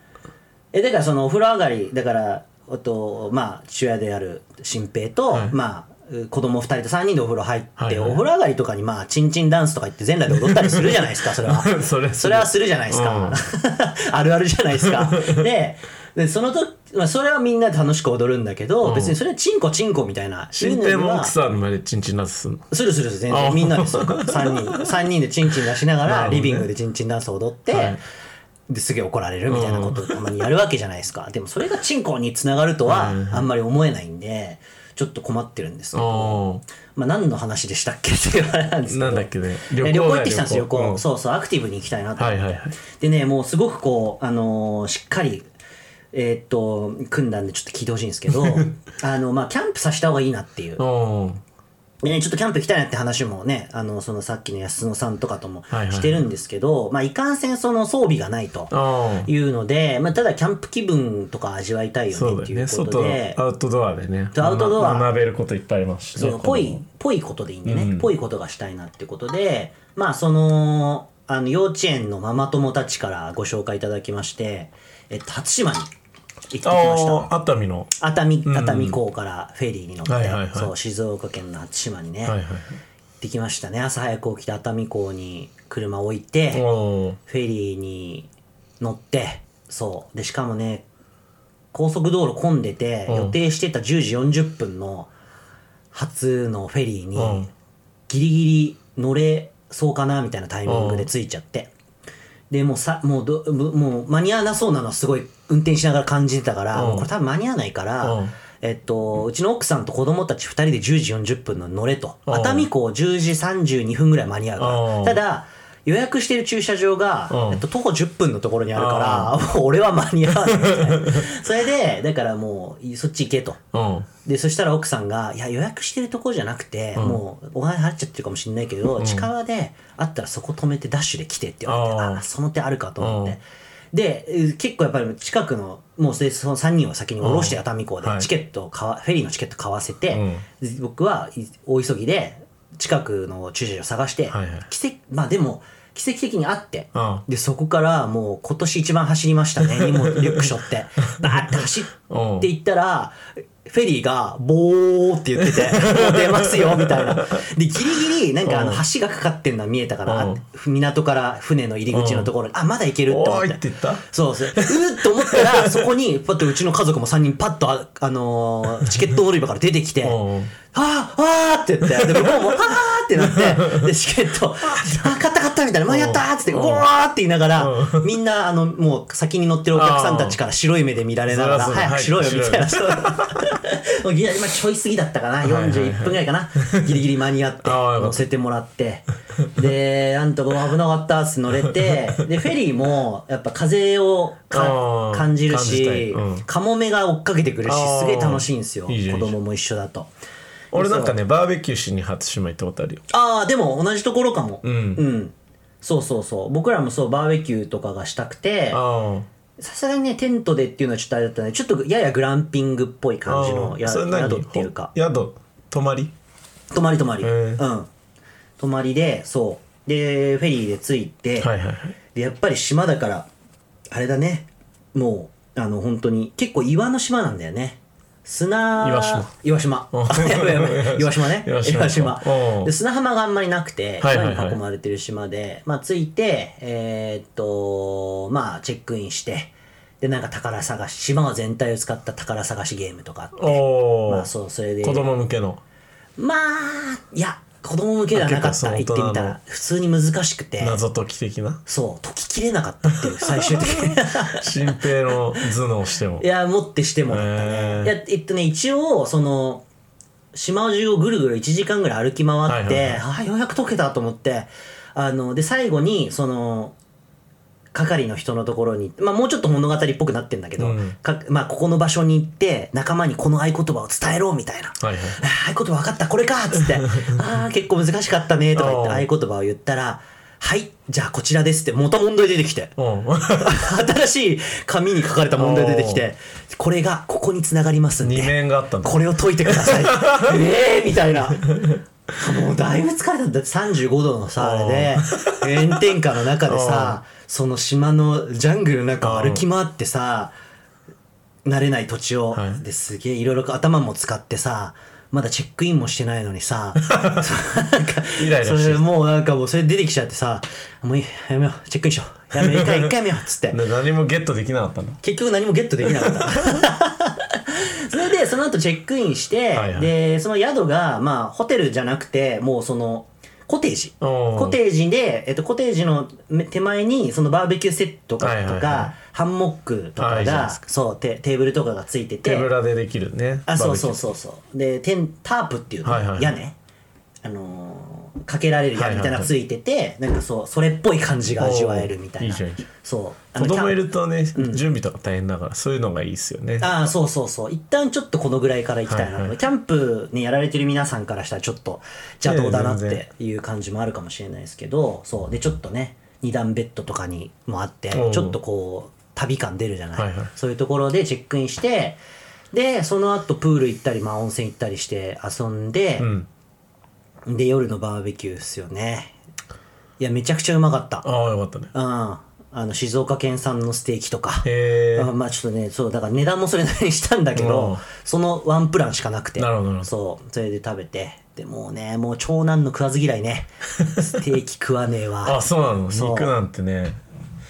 S2: えだからそのお風呂上がりだからあとまあ父親である新平と、
S1: はい
S2: まあう子供2人と3人でお風呂入って、
S1: はいはい
S2: お風呂上がりとかにまあチンチンダンスとか言って全裸で踊ったりするじゃないですかそれ は
S1: それはする
S2: それはするじゃないですか、 あるあるじゃないで すかででその時、まあ、それはみんなで楽しく踊るんだけど、
S1: うん
S2: 別にそれはチンコチンコみたいな
S1: 新平も奥
S2: さ
S1: さんの前でチンチンなすすんの
S2: するするする全
S1: あ
S2: 然
S1: あ
S2: みんなでするから3人 三人でチンチン出しなが
S1: なる
S2: ら
S1: ほどね
S2: リビングでチンチンダンスを踊って、
S1: はい
S2: ですげえ怒られるみたいなことをたまにやるわけじゃないですか、でもそれがチンコにつながるとは
S1: うん
S2: あんまり思えないんでちょっと困ってるんですけど、
S1: あ
S2: まあ、何の話でしたっけ っていうあれなんですけど
S1: なんだっけね
S2: え旅行
S1: 旅行だよ
S2: 行ってきたんですよ旅
S1: 旅
S2: 行、
S1: 行うん
S2: そうそうアクティブに行きたいなと
S1: あ
S2: 思
S1: は
S2: って、
S1: いはいはい
S2: でねもうすごくこうあのーしっかりえーっと組んだんでちょっと聞いてほしいんですけ どあのまあキャンプさせた方がいいなっていう
S1: うん
S2: でね、ちょっとキャンプ行きたいなって話もね、あの、そのさっきの安野さんとかとも
S1: はいはい
S2: してるんですけど、まあ、いかんせんその装備がないと
S1: うん
S2: いうので、まあ、ただキャンプ気分とか味わいたいよ
S1: そう
S2: ね
S1: だ
S2: って
S1: よ
S2: いう
S1: ね
S2: こと
S1: 外
S2: で、
S1: アウトドアでね
S2: アウトドア
S1: 学学べることいっぱいありますし
S2: そ
S1: ね
S2: のぽ
S1: 子
S2: い
S1: 供、
S2: ぽいことでいいんでね、
S1: うん
S2: ぽいことがしたいなってことで、まあ、その、あの、幼稚園のママ友たちからご紹介いただきまして、えっと、初島に行ってきました。
S1: ああ熱海の
S2: 熱海、熱海港からフェリーに乗って、
S1: はいはいはい
S2: そう、静岡県の初島にね、
S1: はいは
S2: できましたね朝早く起きて熱海港に車を置いて
S1: いおー
S2: フェリーに乗ってそうでしかもね高速道路混んでて
S1: うん
S2: 予定してた10時40分の初のフェリー
S1: う
S2: に
S1: ん
S2: ギリギリ乗れそうかなみたいなタイミングで着いちゃってでもうさもうどもうもう間に合わなそうなのはすごい運転しながら感じてたから
S1: うん
S2: もうこれ多分間に合わないから
S1: うん
S2: えっと、うちの奥さんと子供たち2人で10時40分の乗れと。
S1: うん
S2: 熱海港10時32分ぐらい間に合うか
S1: う
S2: ら。
S1: ん
S2: ただ、予約してる駐車場が、
S1: うん
S2: えっと、徒歩10分のところにあるから、もう俺は間に合わないみたいな。それで、だからもう、そっち行けと。
S1: うん
S2: で、そしたら奥さんが、いや、予約してるところじゃなくて、
S1: うん
S2: もう、お金払っちゃってるかもしれないけど、近場で、あったらそこ止めてダッシュで来てって言われて、
S1: あ
S2: あ
S1: ー
S2: あ、その手あるかと思っ
S1: う
S2: て
S1: ん。
S2: で、えー結構やっぱり近くの、もうでその3人を先に降ろして
S1: うん
S2: 熱海港で
S1: は、い
S2: チケットを買わ、フェリーのチケット買わせて、で僕はい大急ぎで、近くの駐車場探して
S1: はいはい、
S2: 奇跡、まあでも、奇跡的にあって、
S1: うん
S2: で、そこからもう今年一番走りました ね、荷物、リュック背負って。バーって走っていったら、フェリーが、ボーって 言ってて、もう出ますよ、みたいな。で、ギリギリ、なんかあの、
S1: うん
S2: 橋がかかってんのは見えたから、
S1: うん
S2: あ港から船の入り口のところに、あ、まだ行けるって思
S1: お
S2: っ
S1: ーいってて。言った
S2: そうそう。うーっと思ったら、そこに、パッとうちの家族も3人パッと、あ、あのーチケット売り場から出てきて、
S1: うん
S2: あああーって言って、で、向こうも、ああってなって、で、チケット、あー買った買ったみたいな、間に合ったーっつって、
S1: うん
S2: ゴーって言いながら、
S1: う
S2: みんな、あの、もう先に乗ってるお客さんたちから白い目で見られながら、
S1: そりゃそう
S2: 早くしろよ、
S1: はい
S2: みたいな。そうもうギリ今ちょい過ぎだったかな、
S1: いはいはい
S2: 41分ぐらいかな。ギリギリ間に合っ て、
S1: あーよかった
S2: 乗せてもらって。で、なんとか危なかったっつって乗 れて、で、フェリーも、やっぱ風をか
S1: あー
S2: 感じる
S1: 感じたい
S2: し
S1: うん、
S2: カモメが追っかけてくるし、
S1: あー
S2: すげえ楽しいんですよ。
S1: いいじゃ
S2: 子
S1: ん
S2: 供も一緒だと。
S1: 俺なんかねバーベキューしに初島行ったことあるよ
S2: ああでも同じところかもうんそうそうそう僕らもそうバーベキューとかがしたくて
S1: あ
S2: さすがにねテントでっていうのはちょっとあれだったねちょっとややグランピングっぽい
S1: あ
S2: 感じのや
S1: それ何
S2: 宿っていうか
S1: ほ宿泊まり
S2: 泊まり泊まり、
S1: へー
S2: うん泊まりでそうでフェリーで着 いて、
S1: はいはいはい
S2: でやっぱり島だからあれだねもうあの本当に結構岩の島なんだよね砂
S1: 岩島
S2: 岩島
S1: うん
S2: あ やばいやばい岩島ね
S1: 岩島
S2: 岩島
S1: うん
S2: で砂浜があんまりなくて
S1: はいはいはい
S2: 岩に囲まれてる島でまあ着いてえーっとまあチェックインしてでなんか宝探し島全体を使った宝探しゲームとかあって
S1: おお、
S2: まあそうそれで
S1: 子供向けの
S2: まあいや子供向けではなか
S1: あ
S2: っ
S1: 結構そ
S2: た
S1: の
S2: 行ってみた
S1: 大人
S2: ら
S1: の
S2: 普通に難しくて
S1: 謎解き的 な
S2: そう解ききれなかったっていう最終的 に
S1: 新兵の頭脳しても
S2: いや、持ってしてもだった
S1: へ
S2: ね。
S1: ー
S2: いや、えっとね、一応、その、島中をぐるぐる1時間ぐらい歩き回って、
S1: はいはい
S2: ああ、ようやく解けたと思って、あの、で、最後に、その、係の人のところに、まあもうちょっと物語っぽくなってんだけど、
S1: うん
S2: かまあここの場所に行って、仲間にこの合言葉を伝えろ、みたいな。
S1: はいはい
S2: ああ、合言葉分かった、これかっ つって、ああ、結構難しかったね、とか言って
S1: あ
S2: 合
S1: ー
S2: 言葉を言ったら、はい、じゃあこちらですって、また問題出てきて。
S1: う
S2: 新しい紙に書かれた問題出てきて、これがここに繋がりますん
S1: ん 二
S2: で、
S1: 面があったんだ
S2: これを解いてくだ さい。ええみたいな。もうだいぶ疲れたんだって35度のさ、あれで、炎天下の中でさ、その島のジャングルの中を歩き回ってさ、慣れない土地を、
S1: はい
S2: ですげえいろいろ頭も使ってさ、まだチェックインもしてないのにさ、そうなんか
S1: イライラして
S2: それもうなんかもうそれ出てきちゃってさ、もういいやめよう、チェックインしよう。やめよう、一回一回やめよう、っつって。
S1: で何もゲットできなかったんだ
S2: 結局何もゲットできなかった。 それで、その後チェックインして、
S1: はいはい
S2: で、その宿が、まあ、ホテルじゃなくて、もうその、コテージ。
S1: おー
S2: コテージで、えっと、コテージのめ手前に、そのバーベキューセットとか、
S1: はいはいはい
S2: ハンモックと
S1: あーい
S2: か
S1: いじゃない
S2: が、
S1: ですか
S2: そうテ、テーブルとかがついてて、
S1: 手ぶらでできるね
S2: あ、そうそううそうそう。で、テン、タープっていうの、
S1: はいはいはい
S2: 屋根あのーかけられる屋根
S1: はい
S2: みたいなの
S1: はいは
S2: が
S1: い
S2: ついてて、なんかそう、それっぽい感じが味わえるみたいな。
S1: おーいいじゃんいいじゃん
S2: そう。あ
S1: 子
S2: の
S1: 供いるとね準備とか大変だからそういうのがいいですよね
S2: ああ、そうそうそう。一旦ちょっとこのぐらいから行きたいな。
S1: はいはい
S2: キャンプにやられてる皆さんからしたらちょっと邪道だなっ
S1: いやいや
S2: ていう感じもあるかもしれないですけど、そう。で、ちょっとね、二段ベッドとかにもあって、ち
S1: おう
S2: ょっとこう、旅感出るじゃない,、
S1: はいはい
S2: そういうところでチェックインして、で、その後プール行ったり、まあ温泉行ったりして遊んで
S1: う、ん
S2: で、夜のバーベキューっすよね。いや、めちゃくちゃうまかった。
S1: ああよかったね
S2: うん。あの、静岡県産のステーキとか。
S1: へえ
S2: あまあちょっとねそうだから値段もそれなりにしたんだけ
S1: うん
S2: どそのワンプランしかなくて
S1: なるほどなるほど
S2: そうそれで食べてでもうねもう長男の食わず嫌いね ステーキ食わねえ
S1: あ
S2: わ
S1: そうなの
S2: そう
S1: 肉なんてね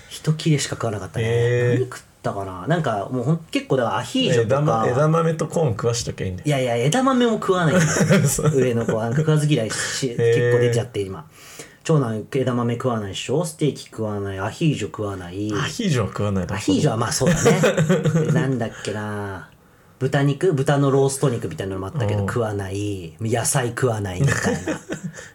S2: 一切れしか食わなかったね、
S1: へえ
S2: 何食ったかななんかもうほん結構だからアヒージョ
S1: 枝
S2: とか
S1: ま枝豆とコーン食わしときゃいいんだよ
S2: いやいや枝豆も食 わないんだよ
S1: そう
S2: 上の子は食わず嫌いし結
S1: へえ
S2: 構出ちゃって今長男枝豆食わないでしょステーキ食わないアヒージョ食わない
S1: アヒージョは食わない
S2: アヒージョはまあそうだ ね。なんだっけな豚肉豚のロースト肉みたいなのもあったけど
S1: うん
S2: 食わない。野菜食わないみたいな。でな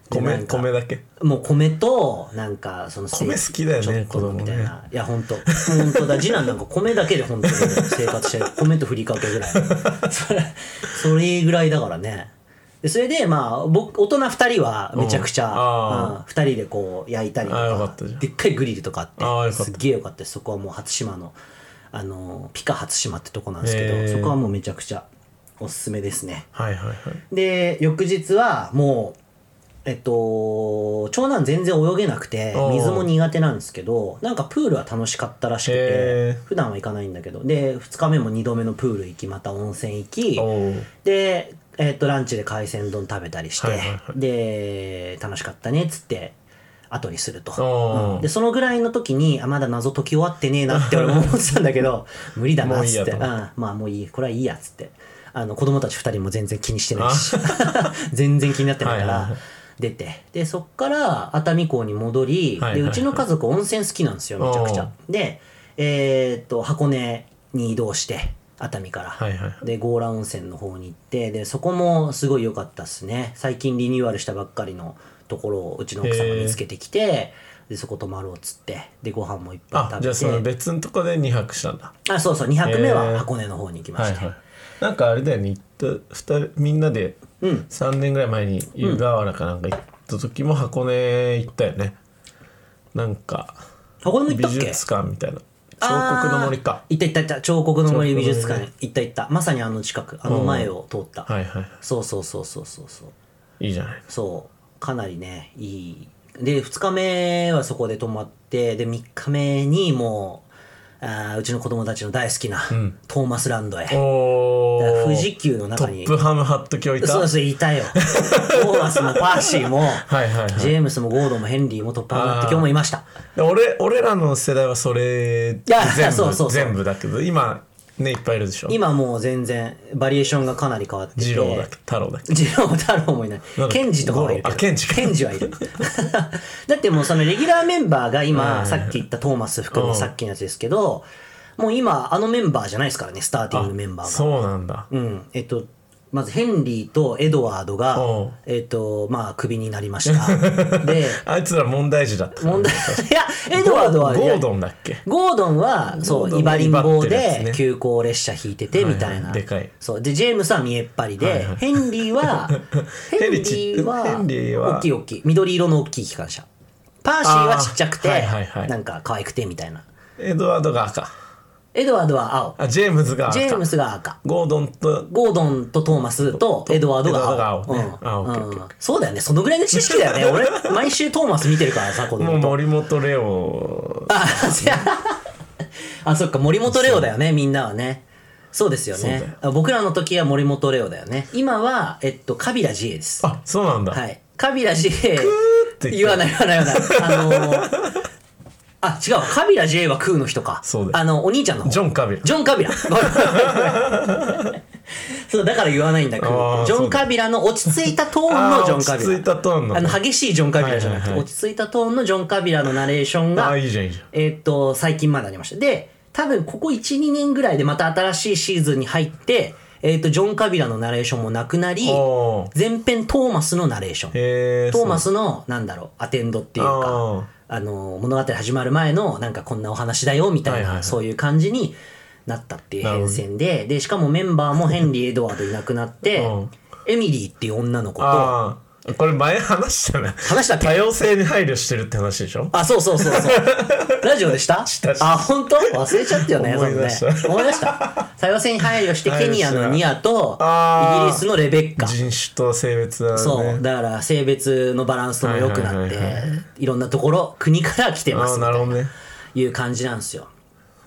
S1: 米
S2: んか
S1: 米だけ
S2: もう米と、なんか、そのステーキ
S1: 米好きだよね
S2: ちょっと
S1: 子供ね
S2: みたいな。いや、ほ んと。ほんとだ。次男なんか米だけで本当に生活してる。米とふりかけぐらい。それ、それぐらいだからね。でそれで、まあ、僕、大人二人はめちゃくち
S1: うん
S2: ゃ、
S1: あー
S2: うん二人でこう、焼いたりと
S1: あーよかっ
S2: か
S1: たじゃん
S2: でっかいグリルとかあって。
S1: あーよかった
S2: すっげえよかったですそこはもう初島のあのピカ初島ってとこなんですけど、
S1: へー
S2: そこはもうめちゃくちゃおすすめですね
S1: はいはいはい
S2: で翌日はもうえっと長男全然泳げなくて
S1: おー
S2: 水も苦手なんですけどなんかプールは楽しかったらしくて
S1: へ
S2: 普段は行かないんだけどで2日目も2度目のプール行きまた温泉行き
S1: おお
S2: で、えっとランチで海鮮丼食べたりして、
S1: はいはいは
S2: で楽しかったねっつって後にすると。
S1: おー
S2: でそのぐらいの時にあまだ謎解き終 わってねえなって俺も思ってたんだけど無理だなっつって
S1: もういいやと
S2: うんまあもういいこれはいいやっつってあの、子供たち二人も全然気にしてないし、 全然気になってないか
S1: はいはい
S2: ら
S1: はい、
S2: 出て。で、そっから熱海港に戻り、
S1: はいはい
S2: で、
S1: はいう
S2: ちの家族温泉好きなんですよ、めちゃくちゃ。で、えーっと、箱根に移動して、熱海から。
S1: はいはい
S2: で、強羅温泉の方に行って、で、そこもすごい良かったっすね。最近リニューアルしたばっかりのところをうちの奥さんが見つけてきて、で、そこ泊まろうっつって、で、ご飯もいっぱい食べ
S1: あ
S2: て。
S1: じゃあその別のとこで2泊したんだ
S2: あそうそう2泊目
S1: へ
S2: は
S1: ー
S2: 箱根の方に行きま
S1: はい
S2: した、
S1: はいなんかあれだよね行った二人みんなで
S2: うん
S1: 3年ぐらい前に湯河原かなんか行った時も箱根行ったよねなんか
S2: 箱根も行
S1: 美
S2: ったっけ
S1: 術館みたいな
S2: あー
S1: 彫刻の森か
S2: 行った行った行った彫刻の森
S1: 彫刻の森
S2: 美術館行った行ったまさにあの近くあの前を通った、
S1: はいは
S2: そうそうそうそうそうそう
S1: いいいじゃない
S2: そうかなりねいいで2日目はそこで泊まってで3日目にもうあーうちの子供たちの大好きな、
S1: ん
S2: トーマスランドへ
S1: おー
S2: 富士急の
S1: ト
S2: 中に
S1: ップハムハット教いた
S2: そうそう いたよトーマスもパーシーも
S1: はいはいはい
S2: ジェームスもゴードンもヘンリーもトップハムハット今日もいました
S1: で俺俺らの世代はそれ
S2: や
S1: 全部
S2: そうそうそう
S1: 全部だけど今ねいっぱいいるでしょ
S2: 今もう全然バリエーションがかなり変わってて
S1: 二郎だっけ太郎だっけ
S2: ジロー太郎もいない
S1: なんか
S2: ケンジとかはいる
S1: ゴロあケンジか
S2: ケンジは いるだってもうそのレギュラーメンバーが
S1: う
S2: 今
S1: ん
S2: さっき言ったトーマス含
S1: う
S2: む
S1: ん
S2: さっきのやつですけどもう今あのメンバーじゃないですからねスターティングメンバーが
S1: そうなんだ
S2: うん、えっと、まずヘンリーとエドワード
S1: おう
S2: が、えっと、まあ、クビになり ました。で、
S1: あいつら問題児だった
S2: 問題、いや、エドワードは、
S1: ゴーゴー
S2: ン。
S1: ドンだっけ
S2: ゴードンは、そ
S1: ゴードンは
S2: う、イバリン
S1: 威張っ
S2: 棒
S1: てるやつね
S2: で急行列車引いてて、みたい
S1: はいは
S2: な。
S1: いでかい
S2: そう。で、ジェームスは見えっ張り
S1: はい
S2: で
S1: はい、
S2: ヘンリーは、 ヘンリーは、
S1: ヘンリーは
S2: 大きい大きい。緑色の大きい機関車。パーシーはちっちゃくて、
S1: あーはいはいはい
S2: なんか可愛くて、みたいな。
S1: エドワードが赤
S2: エドワードは青。
S1: あジェームズが赤
S2: ジェームスが赤。
S1: ゴードンと
S2: ゴードンとトーマスとエドワードが青。
S1: エドワードが青ねあオッケーオッケーオッケ
S2: うんそうだよね。そのぐらいの知識だよね。俺、毎週トーマス見てるからさ、子
S1: もう
S2: 供と。
S1: 森本レオ
S2: あ、じゃあ、あそっか、森本レオだよね、みんなはね。そうですよ
S1: そうだ
S2: ね。僕らの時は森本レオだよね。今は、えっと、カビラ GA です。
S1: あそうなんだ、
S2: はい。カビラ GA
S1: て言った
S2: 言わない言わない言わない。あのー、あ、違うわ。カビラ GA は空の人か。
S1: そうだよ
S2: あの、お兄ちゃんの方
S1: ジョン・カビラ
S2: ジョン・カビラ。そう、だから言わないんだけ
S1: あ
S2: ど
S1: ー、
S2: ジョン・カビラの落ち着いたトーン
S1: あ
S2: の
S1: ー
S2: ジョン・カビラ。
S1: 落ち着いたトーンの
S2: あの、激しいジョン・カビラじゃなくて、
S1: はいはいはい
S2: 落ち着いたトーンのジョン・カビラのナレーション
S1: あ
S2: が
S1: あ、いいじゃんいいじゃん
S2: えーっと、最近までありました。で、多分ここ1、2年ぐらいでまた新しいシーズンに入って、えーっと、ジョン・カビラのナレーションもなくなり、
S1: おー
S2: 前編トーマスのナレーション。
S1: へえ
S2: トーマスの、なんだろう、アテンドっていう
S1: あ
S2: か、あの、物語始まる前の、なんかこんなお話だよ、みたい
S1: はいはいは
S2: な、
S1: い
S2: そういう感じになったっていう
S1: なるほど
S2: 変遷で、で、しかもメンバーもヘンリー・エドワードいなくなって
S1: うん、
S2: エミリーっていう女の子と、
S1: ああこれ前話したね
S2: 話したっけ
S1: 多様性に配慮してるって話でしょ
S2: あ、そうそうそうそう。 ラジオでした
S1: たした
S2: あ、本当忘れちゃったよね、
S1: 思い出した
S2: そのね思い出した。多様性に配慮して、
S1: 配慮
S2: ケ
S1: して
S2: ニアのニアと、
S1: あー
S2: イギリスのレベッカ。
S1: 人種と性別はね
S2: そう。だから、性別のバランスとも良くなっ
S1: はいはいはい
S2: て、いろんなところ、国から来てま
S1: あ
S2: す
S1: あ
S2: みた
S1: ないる
S2: な
S1: ほどね
S2: いう感じなんですよ。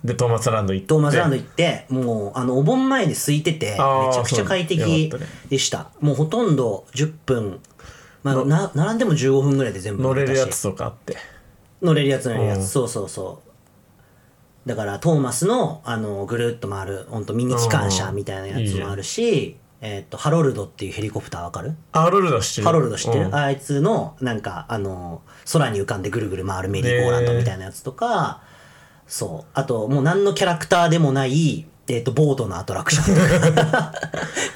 S1: でトーマスランド行って
S2: トーマスランド
S1: 行
S2: 行って、もう、あの、お盆前で空いてて、めち
S1: あー
S2: ゃくちゃ快
S1: そう
S2: 適
S1: だよかったね
S2: でした。もうほとんど10分、まあ、な、並んでも15分ぐらいで全部
S1: 乗れるや
S2: 見たし
S1: つとかあって
S2: 乗れるやつ乗れるや
S1: うん
S2: つ。そうそうそう。だから、トーマスの、あの、ぐるっと回る、ほんとミニ機関車みたいなやつもあるし、えっと、ハロルドっていうヘリコプターわかる
S1: ハロルド知ってる
S2: ハロルド知ってる、
S1: うん
S2: あいつのなんかあの空に浮かんでぐるぐる回るメリーゴーランドみたいなやつとか、そうあともう何のキャラクターでもない、えー、とボートのアトラクショ ンとか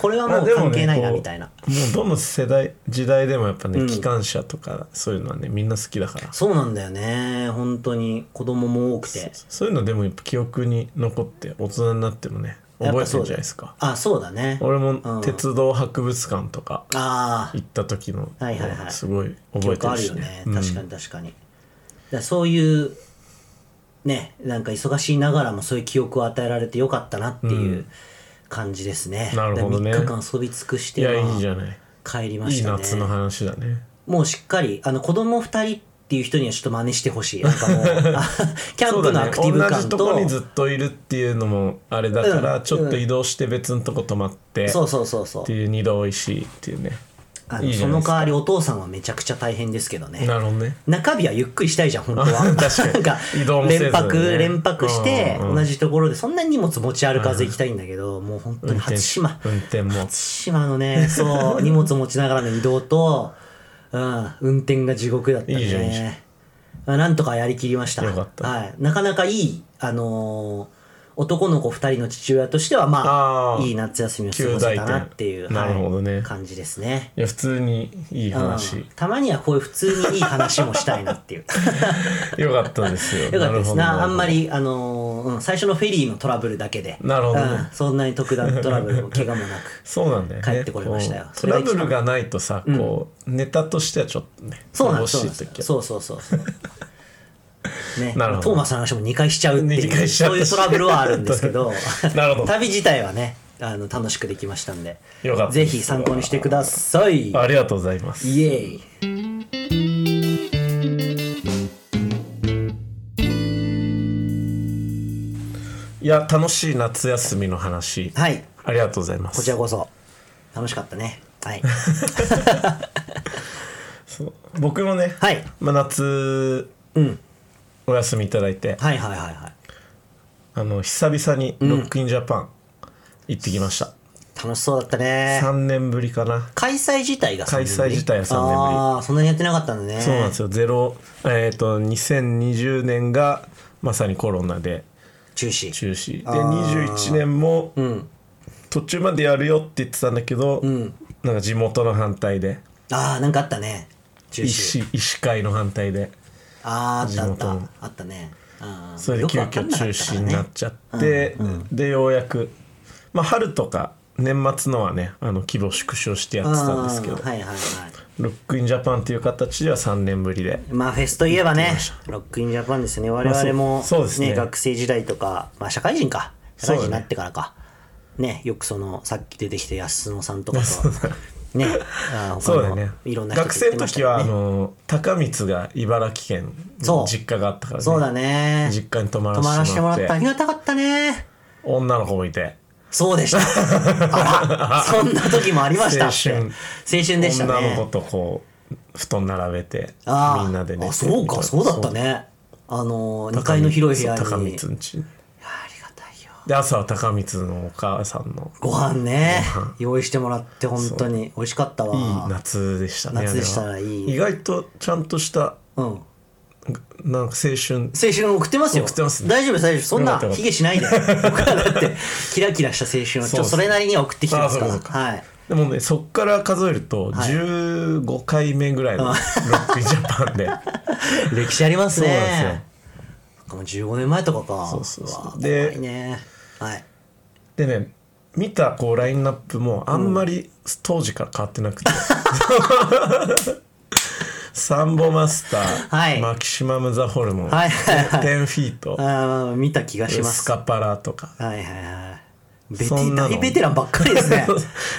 S2: これはもう関係ないなみたいな、
S1: もうどの世代時代でもやっぱね、機関車とかそういうのはねみんな好きだから
S2: そうなんだよね本当に子供も多くて
S1: そういうのでもやっぱ記憶に残って大人になってもね覚え
S2: やっぱ
S1: てる
S2: そ
S1: ん
S2: うだよ
S1: じゃないですか
S2: あそうだね
S1: 俺
S2: う
S1: も
S2: ん
S1: 鉄道博物館とか
S2: ああ
S1: 行った時の、
S2: はいはいはい
S1: すごい
S2: 記
S1: 覚えて
S2: 憶あ
S1: る
S2: る
S1: し
S2: よね、
S1: うん
S2: 確かに確かにだからそういうねなんか忙しいながらもそういう記憶を与えられてよかったなっていう感じですね、
S1: なるほどね
S2: だから3日間遊び尽くし
S1: い
S2: て
S1: や
S2: まあ
S1: いいじゃない
S2: 帰りま
S1: いい
S2: したね
S1: 夏の話だね
S2: もうしっかりあの子供2人っていう人にはちょっと真似して ほしいなんかもうあキャンプのアクティブ
S1: そうだね同
S2: 感
S1: じ
S2: と
S1: とこにずっといるっていうのもあれだから、
S2: うん
S1: ちょっと移動して別のとこ泊まって、
S2: そうそうそうそう
S1: っていう二度おいしいっていうね
S2: あの
S1: いいじ
S2: そ
S1: ゃない
S2: の
S1: ですか
S2: 代わりお父さんはめちゃくちゃ大変ですけどね
S1: なるほどね
S2: 中日はゆっくりしたいじゃん本当は
S1: 確かに
S2: なんか
S1: 移動もせず
S2: 連
S1: ね
S2: 泊連泊して
S1: うんうん
S2: 同じところでそんなに荷物持ち歩かず行きたいんだけど、もう本当に初島
S1: 運転も
S2: 初島のねそう荷物持ちながらの移動と、うん、運転が地獄だったんで
S1: いいじゃんいいじゃ
S2: ねあなんとかやりきりました
S1: よかった
S2: はい、なかなかいいあのー男の子2人の父親としてはま
S1: あ
S2: あ
S1: ー
S2: いい夏休みを過ごせたなっていう、
S1: 旧大点
S2: はい
S1: なるほどね
S2: 感じですね
S1: いや普通にいい話、
S2: うんたまにはこういう普通にいい話もしたいなっていう
S1: よかったですよ
S2: よかったです
S1: なる
S2: な
S1: ほど
S2: あんまり、あのーうん最初のフェリーのトラブルだけで
S1: なるほどね
S2: うんそんなに特段トラブルも怪我もな く
S1: そうなんだよね
S2: 帰ってこれましたよ
S1: こうト
S2: それが
S1: ラ
S2: 一番
S1: ブルがないとさこう、ネタとしてはちょっとね
S2: そうなんで
S1: 乏
S2: すそうなん
S1: しい
S2: です
S1: 時は
S2: そうそうそう そうね、
S1: なるほど
S2: トーマスの話も2回しちゃうって
S1: 二
S2: いう
S1: 回しちゃっ
S2: そう
S1: た
S2: いうトラブルはあるんですけど
S1: なるほど
S2: 旅自体はねあの楽しくできましたんで
S1: よかった
S2: ぜ
S1: です
S2: ひ参考にしてください
S1: ありがとうございます
S2: イエーイ
S1: いや楽しい夏休みの話
S2: はい
S1: ありがとうございま
S2: こ
S1: す
S2: ちらこそ楽しかったね はい
S1: そう僕もね、
S2: はい
S1: まあ、夏
S2: うん
S1: お休みいただいて
S2: はいはいはいはい
S1: あの久々にロックインジャパン行ってきました、
S2: 楽しそうだったね
S1: 3年ぶりかな
S2: 開催自体が3年ぶり
S1: 開催自体は3年ぶり
S2: ああそんなにやってなかったんだね
S1: そうなんですよゼロえっ、と2020年がまさにコロナで
S2: 中止
S1: 中止で
S2: あー
S1: 21年も
S2: うん
S1: 途中までやるよって言ってたんだけど、
S2: ん
S1: なんか地元の反対で
S2: ああなんかあったね中
S1: 医
S2: 止
S1: 師医師会の反対で
S2: あーあっ
S1: 地
S2: た
S1: 元
S2: あっ
S1: の
S2: たあったねうん
S1: それで
S2: よく
S1: 急
S2: わか
S1: 遽
S2: んな
S1: 中
S2: かたか
S1: 止
S2: ら
S1: に
S2: ね
S1: なっちゃって、でようやく、まあ、春とか年末のはねあの規模縮小してやってたんですけど、
S2: うんはいはいはい
S1: ロックインジャパンっていう形では3年ぶりで
S2: まあフェスといえば
S1: 行ってき
S2: ね
S1: まし
S2: ロックインジャパンですね我
S1: あそう
S2: 々も
S1: そうですね
S2: 学生時代とかまあ社会人か社
S1: そ
S2: 会人
S1: う
S2: に
S1: だ
S2: な
S1: ね
S2: ってからかねよくそのさっき出てきた安野さんとか とねあー
S1: そうだ
S2: 他
S1: よね
S2: のいろんな人と
S1: 学生の時は、
S2: 行
S1: あ
S2: ってましたね
S1: の高光が茨城県
S2: そ
S1: の
S2: う
S1: 実家があったからね
S2: そうだね
S1: 実家に泊ま
S2: 泊まら
S1: らせ
S2: せて
S1: て
S2: も
S1: も
S2: ら
S1: ら
S2: っ
S1: って
S2: たありがたかったね
S1: 女の子もいて
S2: そうでした あらそんな時もありましたって
S1: 青春
S2: 青春でしたね
S1: 女の子とこう布団並べて
S2: ああ
S1: みんなでね
S2: あそうかそうだったねあの2階の広い部屋に
S1: そう高光
S2: い
S1: んち
S2: やありがたいよ
S1: で朝は高光のお母さんの
S2: ご飯ね用意してもらって本当に美味しかったわ
S1: いい夏でしたね
S2: 夏でしたら
S1: あれはい
S2: い
S1: 意外とちゃんとした
S2: うん青
S1: なんか青春
S2: 春送ってますよ
S1: 送ってますね
S2: 大丈夫です大丈夫そん
S1: よ
S2: な
S1: かったよかった
S2: ヒゲし ないで僕はだってキラキラした青春をちょっとそれなりには送ってきてますから
S1: そうですあ
S2: はい
S1: でもねそっから数えると
S2: い
S1: 15回目ぐらいのロックインジャパン で
S2: 歴史あります
S1: そうなんですよ
S2: ねもう15年前とかか
S1: そうそうそう
S2: わあ
S1: で
S2: 怖いねはい
S1: でね見たこうラインナップもあんまり当時から変わってなくて、 サンボマスター、
S2: はい
S1: マキシマム・ザ・ホルモン、
S2: はいはいはい
S1: 10フィート
S2: あー見た気がします
S1: スカパラとか
S2: はいはいはい。ベテ
S1: そんなの。
S2: 大ベテランばっかりです
S1: だ
S2: ね
S1: か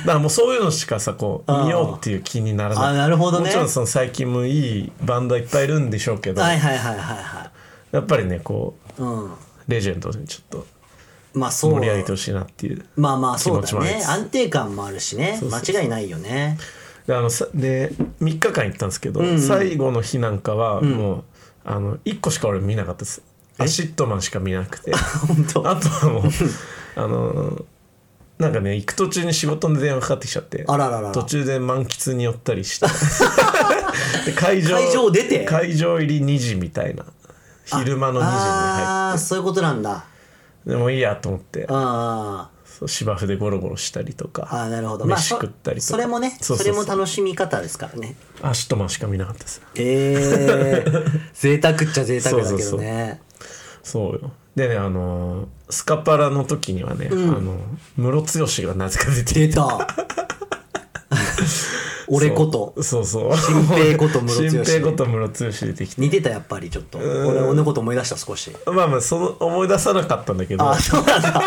S1: らもうそういうのしかさこう
S2: あー
S1: 見ようっていう気にならない
S2: あーなるほどね
S1: もちろんその最近もいいバンドいっぱいいるんでしょうけど、
S2: はいはいはいはいは
S1: やっぱりねこ
S2: い。うん。
S1: うレジェンドにちょっと
S2: まあそう。
S1: 盛り上げてほしいなっていう
S2: まあまあそ
S1: 気持
S2: うだ
S1: ちもあり
S2: ね
S1: つ。つ
S2: 安定感もあるしね。
S1: うそうそう
S2: 間違いないよね。
S1: であのさで3日間行ったんですけど、最後の日なんかはもう、あの1個しか俺見なかったですアシットマンしか見な くて
S2: 本当。
S1: あとは もうあのなんかね行く途中に仕事の電話かかってきちゃって
S2: あらららら
S1: 途中で満喫に寄ったり してで会場
S2: 会場出て
S1: 会場入り2時みたいな昼間の2時に入っ
S2: ああ、そういうことなんだ。
S1: てでもいいやと思って
S2: あー
S1: そう芝生でゴロゴロしたりと
S2: あ
S1: か
S2: ー、なるほど。
S1: 飯
S2: そ
S1: 食ったりとか
S2: それもね、
S1: そ
S2: そう
S1: そうそう
S2: れも楽しみ方ですからね。
S1: アシットマンしか見なかったです
S2: ええー、 贅沢っちゃ贅沢だけ
S1: そうそ
S2: ど
S1: う
S2: ね。
S1: そうよでねあのースカパラの時にはね、あのームロツヨシがなぜか出て
S2: 出 た。俺こと。
S1: そうそう
S2: 新平ことムロツヨシ
S1: 新平ことムロツヨシ出てきて
S2: 似てたやっぱりちょっと。俺、俺のこと思い出した少し。
S1: まあまあその思い出さなかったんだけど
S2: あ、そうなんだ。
S1: ま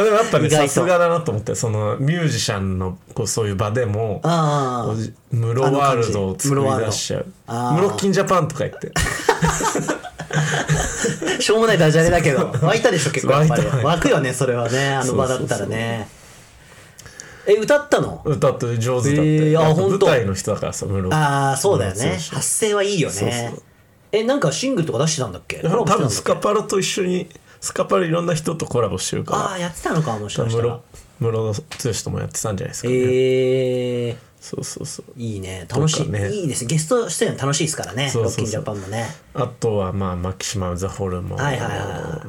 S1: あでもやっぱね
S2: 意外と
S1: さすがだなと思ってそのミュージシャンのこうそういう場でも
S2: あ
S1: こ
S2: あ
S1: うムロワールドを作
S2: あの感じムロワール
S1: り
S2: ド
S1: 出しちゃう
S2: あー
S1: ムロキンジャパンとか言って
S2: しょうもないダジャレ だけど湧いたでしょ結構やっぱり
S1: 湧いた湧いた
S2: 湧くよねそれはねあの場だったらねえ、歌ったの
S1: 歌って上手だって、
S2: えーあ
S1: やっぱ
S2: ほん
S1: 舞
S2: と
S1: 台の人だからさムロ
S2: ああ、そうだよ
S1: ムロ
S2: ね。
S1: ツヨシ
S2: 発声はいいよね。
S1: そうそう
S2: え、なんかシングルとか出してたんだっけ
S1: 多分スカパ
S2: パ
S1: ラと一緒にスカパラいろんな人とコラボしてる
S2: あ
S1: か
S2: あ、やってたのか、もし
S1: ら
S2: かし
S1: ム
S2: た
S1: ロ
S2: ら。
S1: ムロツヨシともやってたんじゃないですかね、
S2: ええ
S1: そうそうそう
S2: いいね。楽し
S1: と
S2: い、
S1: かね
S2: いいです。ゲスト出演楽しいですからね。
S1: そうそうそう
S2: ロッキンジャパンもね。
S1: あとはまあマキシマム・ザ・ホルモン、
S2: はいはいは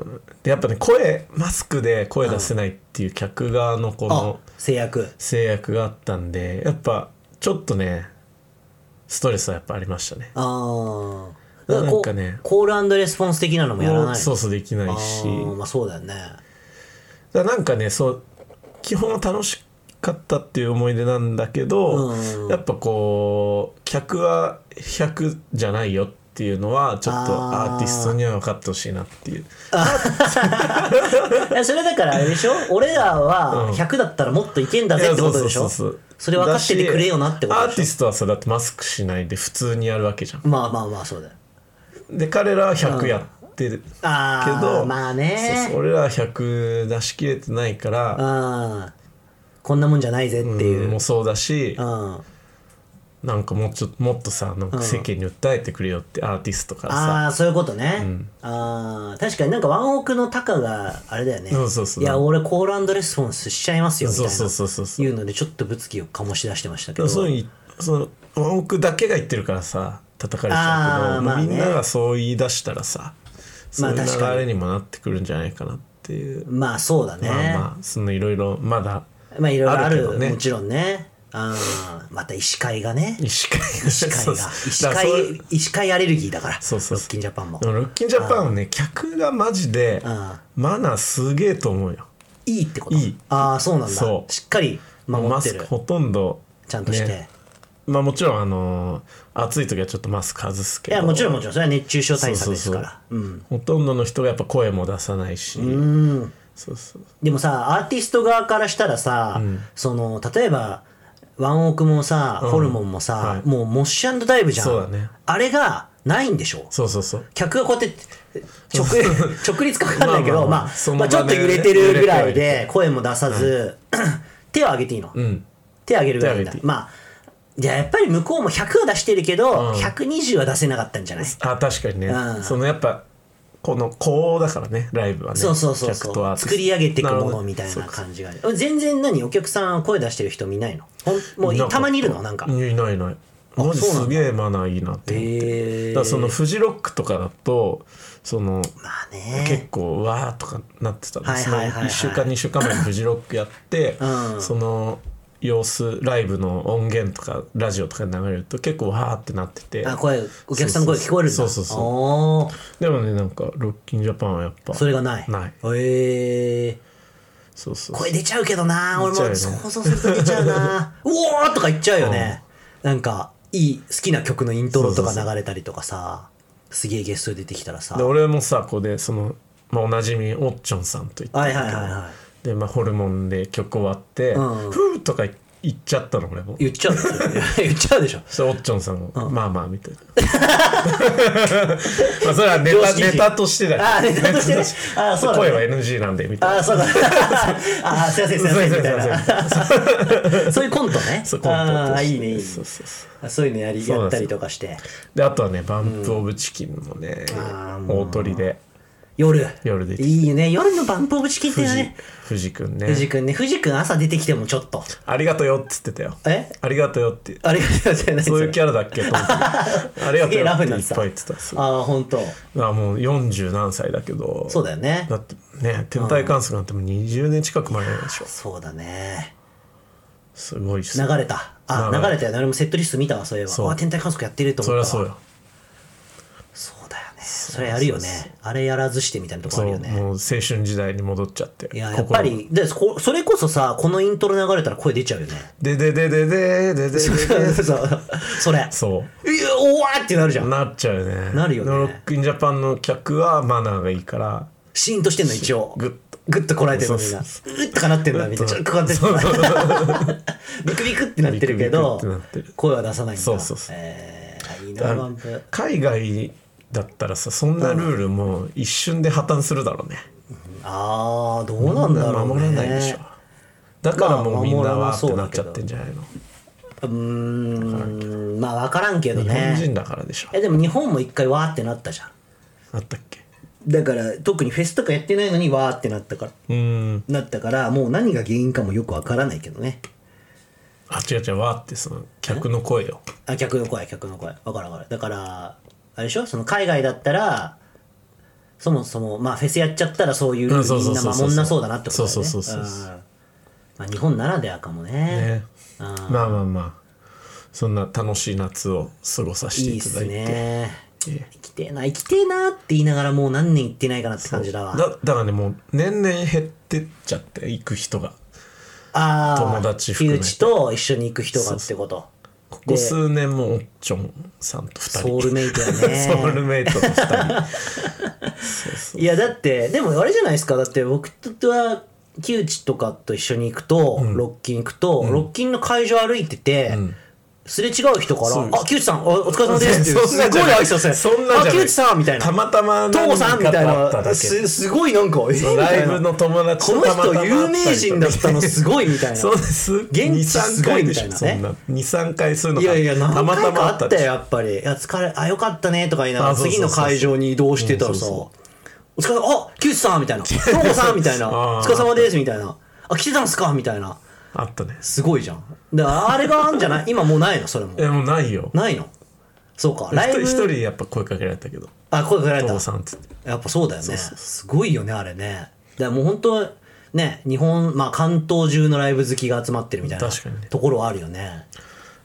S1: でやっぱね声マスクで声出せないっていう客側のこ
S2: あ
S1: の、
S2: 制約。
S1: 制約があったんでやっぱちょっとねストレスはやっぱありましたね
S2: ああ。
S1: なんかね
S2: こうコールレスポンス的なのもやらない。
S1: そうそうできないし
S2: あーまあそうだよね。
S1: だからなんかねそう基本は楽しかったっていう思い出なんだけど、
S2: うん
S1: やっぱこう客は100じゃないよっていうのはちょっと
S2: あー
S1: アーティストには分かってほしいなっていう
S2: えそれだからあれでしょ俺らは100だったらもっといけんだぜってことでしょ、
S1: いやそうそうそうう
S2: それ分かっててくれよなってこと
S1: だしアー
S2: でしょ
S1: ティストはさだってマスクしないで普通にやるわけじゃん
S2: まあまあまあそうだよ。
S1: で彼らは100やってる、
S2: あ
S1: け
S2: あ、
S1: ど
S2: まあ
S1: そうそう
S2: ね。
S1: 俺らは100出し切れてないから
S2: うん。こんなもんじゃないぜっていう。
S1: うんもそうだし
S2: うん、
S1: なんかもうちょもっとさなんか世間に訴えてくれよってアーティストからさ、
S2: ああそういうことね、ああ確かになんかワンオクのタカがあれだよね
S1: そうそうそう
S2: や俺コールレスポンスしちゃいますよみたい
S1: そう
S2: な
S1: そうそうそうそう
S2: いうのでちょっと物議を醸し出してましたけ
S1: で
S2: ど
S1: もそういうその文句だけが言ってるからさ叩かれちゃうけ
S2: あー
S1: ど、
S2: まあね
S1: みんながそう言い出したらさそ
S2: ま
S1: う
S2: あ
S1: いう
S2: 確かに
S1: 流れにもなってくるんじゃないかなっていう、
S2: まあそうだね、
S1: まあ
S2: まあ、
S1: まあそのいろいろまだ
S2: いろいろあ
S1: あるけ
S2: る
S1: どね
S2: もちろんねあーまた医師会がね
S1: 医師会が 医
S2: 医師会が医師
S1: だからそう
S2: 会医師会アレルギーだから
S1: そうそうそう
S2: ロッキンジャパンも
S1: でもロッキンジャパンはね客がマジで
S2: うん
S1: マナーすげえと思うよ
S2: いいってこと
S1: いい
S2: ああそうなんだ
S1: そう
S2: しっかり守
S1: マ
S2: って
S1: ス
S2: る
S1: クほとんど、
S2: ちゃんとして、
S1: ねまあもちろんあのー暑い時はちょっとマスク外すけ
S2: い
S1: ど
S2: やもちろんもちろんそれは熱中症対策
S1: そう
S2: で
S1: そ
S2: す
S1: うそう
S2: からうん
S1: ほとんどの人がやっぱ声も出さないしそうそう
S2: でもさアーティスト側からしたらさ、その例えばワンオクもさ、ホルモンもさ、
S1: はい
S2: もうモッシュダイブじゃん
S1: そうだね
S2: あれがないんでしょ
S1: そうそうそう
S2: 客がこうやって直 直立かかんないけど
S1: まあまあまあ
S2: まあ
S1: その
S2: ま
S1: 場
S2: あちょっと
S1: でね
S2: 揺れてるぐらい
S1: 揺れて
S2: で声も出さず、手を上げていいの、
S1: うん
S2: 手を上げるぐらいなんだ
S1: 手を上げていい
S2: まあじゃあやっぱり向こうも100は出してるけど、120は出せなかったんじゃない
S1: あ確かにね
S2: うん
S1: そのやっぱこのこうだからねライブはね
S2: そうそうそう
S1: 客と
S2: そ
S1: アー
S2: う
S1: ティスト
S2: 作り上げていくも
S1: るほ
S2: の
S1: ど
S2: みたい
S1: そう
S2: な感じがある全然何お客さん声出してる人見ないのほんもうい
S1: なんか
S2: たまにいるのなんか
S1: いやいないいないマジ
S2: そうなんだ
S1: すげえマナーいいなって思って、
S2: へ
S1: だ
S2: え
S1: からそのフジロックとかだとその
S2: まあ
S1: 結
S2: ね
S1: 構わーとかなってたん
S2: はい
S1: です
S2: はいはい
S1: ね
S2: はい
S1: 1週間2週間前にフジロックやって、
S2: うん
S1: その様子ライブの音源とかラジオとかに流れると結構わーってなってて
S2: あ声お客さんの声聞こえるんだ
S1: そうそうそうそう
S2: おー
S1: でもねなんかロッキンジャパンはやっぱ
S2: それがない
S1: ない
S2: へえ
S1: そうそう
S2: 声出ちゃうけどな俺も
S1: 出ちゃうよね
S2: 想像すると出ちゃう なうおーとか言っちゃうよねなんかいい好きな曲のイントロとか
S1: そうそうそ
S2: 流れたりとかさすげえゲストで出てきたらさ
S1: で俺もさここでその、まあ、おなじみおっちょんさんと言って
S2: はいはいはいはい
S1: で、まあ、ホルモンで曲終わって「
S2: うん
S1: ふー」とか言っちゃったの俺も
S2: 言っちゃう 言っちゃう でしょ
S1: そしたらおっちょんさんも「まあまあ」みたいなまあそれはネ
S2: 常
S1: タ
S2: 識人
S1: ネタとしてだけど
S2: あーネタとしてねあーそうだね
S1: 声は NG なんでみたい
S2: あ
S1: な
S2: あ、そうだ。 ああ、すいません、すいません、みたいな。そういうコントね。
S1: そうコントとして
S2: ああ、いいね、いいね
S1: そうそうそう
S2: あそういうのやり、
S1: う
S2: や
S1: なん
S2: っ
S1: です
S2: た
S1: よ
S2: りとかして。
S1: であとはね「バンプ・オブ・チキン」もね、
S2: あーも
S1: 大鳥で
S2: 夜。
S1: 夜で
S2: いいね。夜のバンプオブチキンっていうのは
S1: 藤
S2: ね。
S1: 藤君ね
S2: 藤くんね。藤くん朝出てきてもちょっと。
S1: ありがとうよ」っつってたよ
S2: え
S1: ありがとうよって
S2: ありがとうじゃない
S1: そういうキャラだっけと思 ってありがと
S2: すげ
S1: う
S2: え
S1: よ
S2: ラ
S1: っ
S2: フ
S1: てい
S2: に
S1: っ
S2: な
S1: ぱ
S2: っ
S1: い言
S2: てた。
S1: ってたそう
S2: ああ、ほんと。
S1: だからもう40何歳だけど
S2: そうだよね
S1: だ。ってね天体観測なんてもう20年近く前なんでしょ
S2: そうだね。
S1: すごいっす
S2: 流れた。あ、
S1: 流
S2: 流
S1: れた
S2: れたよね。俺もセットリスト見たわ、そういえば。
S1: そう
S2: あ、天体観測やってると思
S1: そ
S2: っ
S1: り
S2: た
S1: ゃ
S2: わ。
S1: そうよ
S2: そうだよね。それやるよね。あれやらずしてみたいなとこあ
S1: そ
S2: る
S1: う
S2: よね。
S1: もう青春時代に戻っちゃって
S2: いや、やっぱり、でこそれこそさ、このイントロ流れたら声出ちゃうよね。
S1: ででででででで
S2: そう
S1: で
S2: そうそれ。
S1: そう
S2: や、おわーってなるじゃ。
S1: うんなっちゃうよね
S2: なるよね
S1: ロックインジャパンの客はマナーがいいから
S2: シーンとしてんの、一応。
S1: グッと
S2: グッとこらえてるのみんな。う
S1: そ
S2: ーっとかなってんだ、みんな。ちょっとかかってる。ビクビクってなってるけど
S1: ビクビクってなってる、
S2: 声は出さないんだ。
S1: そうそうそう
S2: えー、いい
S1: あ
S2: な、ワンプ。
S1: 海外だったらさそんなルールもう一瞬で破綻するだろうね
S2: あー、どうなんだろうね。
S1: 守らないでしょだからもうみんな
S2: まあ
S1: は
S2: まあ
S1: っ
S2: そう
S1: てな
S2: だ
S1: っ
S2: け
S1: ちゃ
S2: ど
S1: ってんじゃないの、
S2: うーんまあ分からんけど
S1: 日本人
S2: ね
S1: だからでしょ
S2: えでも日本も一回わーってなったじゃん
S1: あったっけ
S2: だから特にフェスとかやってないのにわーってなったから
S1: うーん
S2: なったからもう何が原因かもよく分からないけどね
S1: あ違う違うわーってその客の声よ
S2: あ客の声客の声分かる分かるだからあれでしょその海外だったらそもそもまあフェスやっちゃったらそういうル
S1: うん
S2: ー
S1: そ
S2: ル
S1: う
S2: み
S1: そ
S2: ん
S1: うそ
S2: な
S1: うそう
S2: 守んなそうだなってことだよね
S1: そうそうそうそう
S2: うんまあ日本ならではかもね
S1: ね
S2: うん
S1: まあまあまあそんな楽しい夏を過ごさせて
S2: いい
S1: い
S2: ったす
S1: だいて
S2: ね
S1: ええ
S2: 行きてえな行きてえなって言いながらもう何年行ってないかなって感じだわ
S1: だだからねもう年々減ってっちゃって行く人が
S2: ああ
S1: 友達含め
S2: 身内と一緒に行く人がってこと
S1: ここ数年もうおっちょんさんと2人
S2: ソウルメイトやね
S1: ソウルメイトと2人
S2: いやだってでもあれじゃないですかだって僕とは木内とかと一緒に行くと、ロッキン行くと、ロッキンの会場歩いてて、すれ違う人から
S1: そう
S2: 「あ木内さんおお疲れ様です」ってい
S1: そ
S2: うす
S1: んな
S2: ご
S1: じ
S2: い
S1: ゃない
S2: 挨拶する
S1: そんなじゃない
S2: あ木内さん」みたいな
S1: たまたま
S2: 東郷さん」みたい
S1: 何人かと会っただ
S2: な
S1: け
S2: すすごいなんかえみたいな
S1: ライブの友達
S2: ことの
S1: たまたま
S2: 人有名人だったのすごいみたいな
S1: そうです
S2: 現地す
S1: 23
S2: ごい
S1: 回
S2: み
S1: で
S2: たい
S1: しょ
S2: な
S1: そん
S2: ね
S1: な23回するの
S2: い
S1: か
S2: やいや何
S1: たま
S2: 回
S1: たま
S2: か
S1: あ
S2: あ
S1: っ
S2: ったた
S1: で
S2: よ
S1: しょ
S2: やっぱり「いや疲れあよかったね」とか言いながら
S1: あそうそう
S2: 次
S1: そう
S2: の会場に移動してたらさ「
S1: うん
S2: お
S1: そ
S2: 疲れあ木内さん」みたいな「東郷さん」みたいな「
S1: あー
S2: お疲れ様です」みたいな「あ来てたんすか」みたいな
S1: あったね
S2: すごいじゃんだからあれがあんじゃない今もうないのそれも
S1: えもうないよ
S2: ないのそうかライ
S1: 一人
S2: ブ
S1: 一人やっぱ声かけられたけど
S2: あ声かけられた
S1: 父さんっつって
S2: やっぱそうだよねすごいよねあれねだからもう本当ね日本まあ関東中のライブ好きが集まってるみたいな
S1: 確かにね
S2: ところはあるよね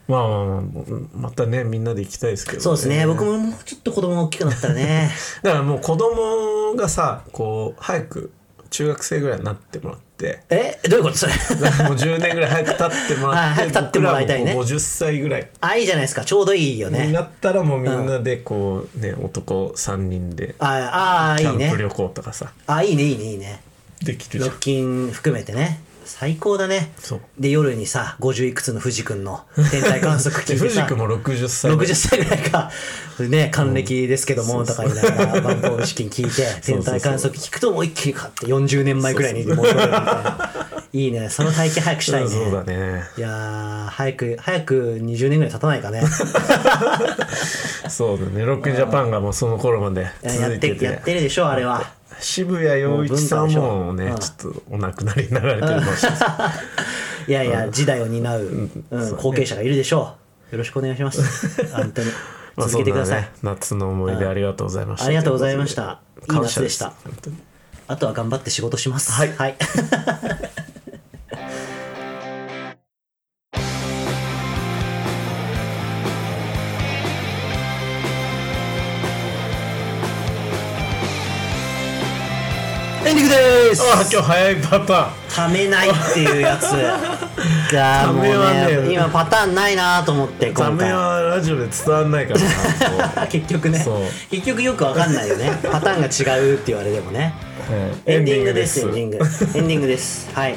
S1: まあまあまあもうまたねみんなで行きたいですけど、
S2: そうですね僕ももうちょっと子供が大きくなったらね
S1: だからもう子供がさこう早く中学生ぐらいになってもらって
S2: えどういうことそれ
S1: だからもう10年ぐらい早く経ってもらっ
S2: はい早
S1: て
S2: く経ってもらいたいね
S1: 僕らもこう50歳ぐらい
S2: あいいじゃないですかちょうどいいよ
S1: に
S2: ね
S1: なったらもうみんなでこうね男3人で
S2: ああ
S1: キ
S2: いい
S1: ャンプ
S2: ね
S1: 旅行とかさ
S2: あいいねいいねいいね
S1: できる
S2: ロ
S1: じゃん
S2: ッキン含めてね最高だね
S1: そう
S2: で夜にさ50いくつの藤君の天体観測聞
S1: で
S2: いて
S1: 藤
S2: さ
S1: 君も60歳ぐらい
S2: 60歳ぐらいか、ね、還暦ですけども、とか言いなが ら、バンポーブチキン聞い
S1: そ
S2: て、
S1: うそう
S2: 天体観測聞くと、もう一気に買って、40年前ぐらいに戻るみたいな。いいね、その体験早くしたい
S1: うんそう
S2: ね。
S1: だね
S2: いやー、早く、早く20年ぐらい経たない かね。
S1: そうだねロックンジャパンがもうその頃まで
S2: や
S1: 続
S2: っ
S1: いて
S2: て、やって
S1: て
S2: るでしょ、あれは。
S1: 渋谷陽一さんも
S2: もう文化でし
S1: ね
S2: ょうん
S1: ちょっとお亡くなりになられてるかもしれない
S2: いやいや、時代を担う、うん、後継者がいるでしょう。よろしくお願いし ます。本当に。
S1: まあ
S2: 続けてくださ
S1: そん
S2: い
S1: なね。夏の思い出ありがとうございました
S2: ありがとうございました。いい
S1: 感
S2: 夏
S1: 謝
S2: でした。
S1: 本当に
S2: あとは頑張って仕事します。
S1: はい
S2: はい。エンディングです
S1: あ今日早いパターン
S2: ためないっていう やつがも
S1: た
S2: う
S1: めは
S2: ね
S1: ね
S2: 今パターンないなと思って
S1: ダ
S2: 今
S1: メ
S2: 回
S1: はラジオで伝わんないから なこ
S2: 結局ね
S1: そう
S2: 結局よくわかんないよ ねパターンが違うって言われてもね
S1: うはい
S2: エンディングですエンディングエンディングですはい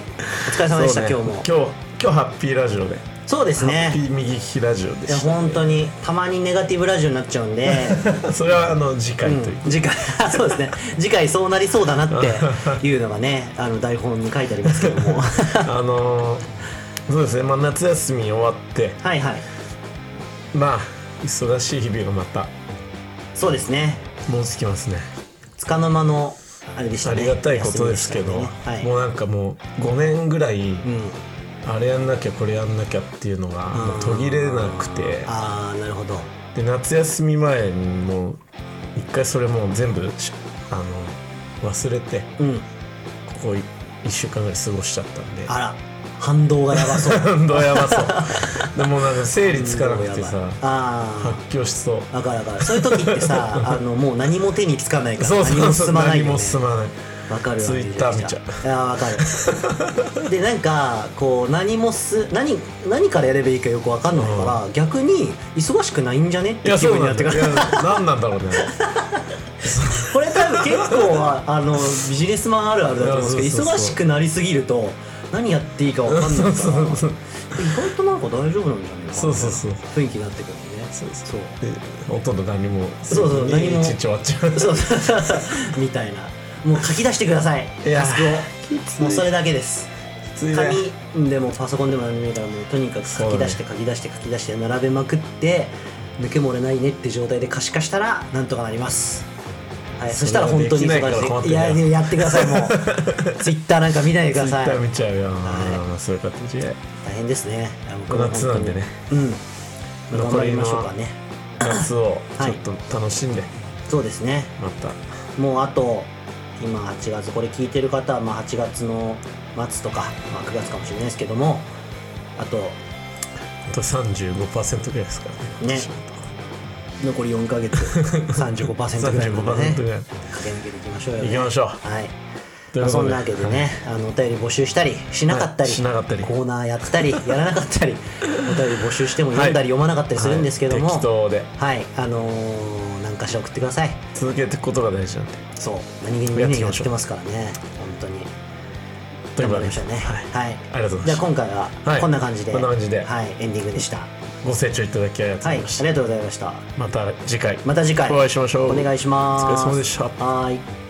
S2: お疲れ様でした、
S1: そうね
S2: 今日も
S1: 今日今日ハッピーラジオで
S2: そうです
S1: ハッピ
S2: ね
S1: ー右利きラジオで
S2: いや
S1: し
S2: 本当にたまにネガティブラジオになっちゃうんで
S1: たそれはあの次回という
S2: 次回 そうですね次回そうなりそうだなっていうのがねあの台本に書いてありますけ どもは
S1: あのーそうですねまあ夏休み終わって
S2: いはい
S1: まあ忙しい日々がまた
S2: そうですね
S1: もうつきますね
S2: 束の間のあれでした
S1: あ
S2: ね
S1: りがたいことですけど、
S2: 休みしたんでね
S1: も
S2: は
S1: うなんかもう5年ぐらい、
S2: い、うん、
S1: あれやんなきゃこれやんなきゃっていうのがもう途切れなくて
S2: ああなるほど
S1: で夏休み前にもう一回それもう全部しあの忘れて
S2: うん
S1: ここ1週間ぐらい過ごしちゃったんで
S2: あら反動がやば そう
S1: 運動やば そうでもなんか整理つかなくて
S2: 反動やば
S1: さ
S2: いあ
S1: 発狂しそう
S2: あわかるわかるそういう時って さあのもう何も手につかないから
S1: そう
S2: 何
S1: そ
S2: も
S1: うそ
S2: 進
S1: う
S2: まない
S1: 何
S2: よ、ね、
S1: も進まない
S2: わかるわ
S1: Twitter 見ちゃう
S2: いやわかるでなんかこう何もす何何からやればいいかよくわかんないから、逆に忙しくないんじゃねっ
S1: い
S2: て
S1: や
S2: 気
S1: そ
S2: 分
S1: う
S2: にな
S1: な
S2: っ
S1: ん
S2: て
S1: だ
S2: か
S1: よいや
S2: ら
S1: 何なんだろうね
S2: これ多分結構はあのビジネスマンあるあるだと思うんですけ
S1: い
S2: ど
S1: やそうそう
S2: 忙
S1: そう
S2: しくなりすぎると何やっていいかわかんないから意
S1: そうそうそう
S2: 外となんか大丈夫なんじゃないかな
S1: そうそうそう
S2: 雰囲気になってくるねそうそう
S1: でほとんど何も
S2: そうそう何も
S1: いちいち終わっちゃう
S2: そうそう みたいなもう書き出してください
S1: いや
S2: タスクをもうそれだけです
S1: ついで
S2: 紙でもパソコンでも何でもいいからもうとにかく書き出して書き出して書き出して並べまくって抜け漏れないねって状態で可視化したらなんとかなりますはい、そしたら本当
S1: それはでき
S2: に
S1: ないから困
S2: 忙
S1: っ
S2: してい
S1: んだ
S2: や
S1: よ
S2: いややってくださいもう ツイッターなんか見ないでください
S1: ツイッター見ちゃうよ、
S2: は
S1: そういう形で
S2: 大変ですねいや僕も
S1: 夏なんでね
S2: 本当にうん頑
S1: 残
S2: 張
S1: り
S2: り
S1: の
S2: ましょうかね
S1: 夏をち
S2: は
S1: ょ
S2: い
S1: っと楽しんで、
S2: そうですね
S1: また
S2: もうあと今8月これ聞いてる方はまあ8月の末とか、まあ、9月かもしれないですけどもあと
S1: あと35%ぐらいですからね
S2: ね残り4 ヶ月35%ぐらいまでね
S1: 35%ぐらい
S2: 駆け抜けていきましょうよ、
S1: 行
S2: ね、
S1: きましょう
S2: はい
S1: ということ
S2: まあ、
S1: で
S2: そんなわけでね、あのお便り募集したりしなかったり,、
S1: はいしなかったり
S2: コーナーや ったりやらなかったりお便り募集しても読んだり読まなかったりするんですけども、
S1: はい適当で
S2: はい、あのー、なんかして送ってください。
S1: 続けていくことが大事なんで
S2: そう、何気に
S1: やってい
S2: ね、
S1: き
S2: や
S1: ま
S2: っ
S1: しょう
S2: てますからね、本当に。
S1: ということ
S2: 頑張り
S1: で
S2: ましょうね。
S1: はい
S2: はい。
S1: ありがとうご
S2: じ
S1: ざい
S2: ゃあ
S1: まし
S2: 今回は
S1: はい
S2: こんな感じで、
S1: こんな感じで
S2: はい、エンディングでした。は
S1: たご清聴いただきありがとうござ
S2: い、あ
S1: い
S2: り
S1: ました、
S2: がとうございました。
S1: また次回
S2: また次回
S1: お会いしましょう
S2: お願いします。
S1: お疲れ様でした
S2: はい。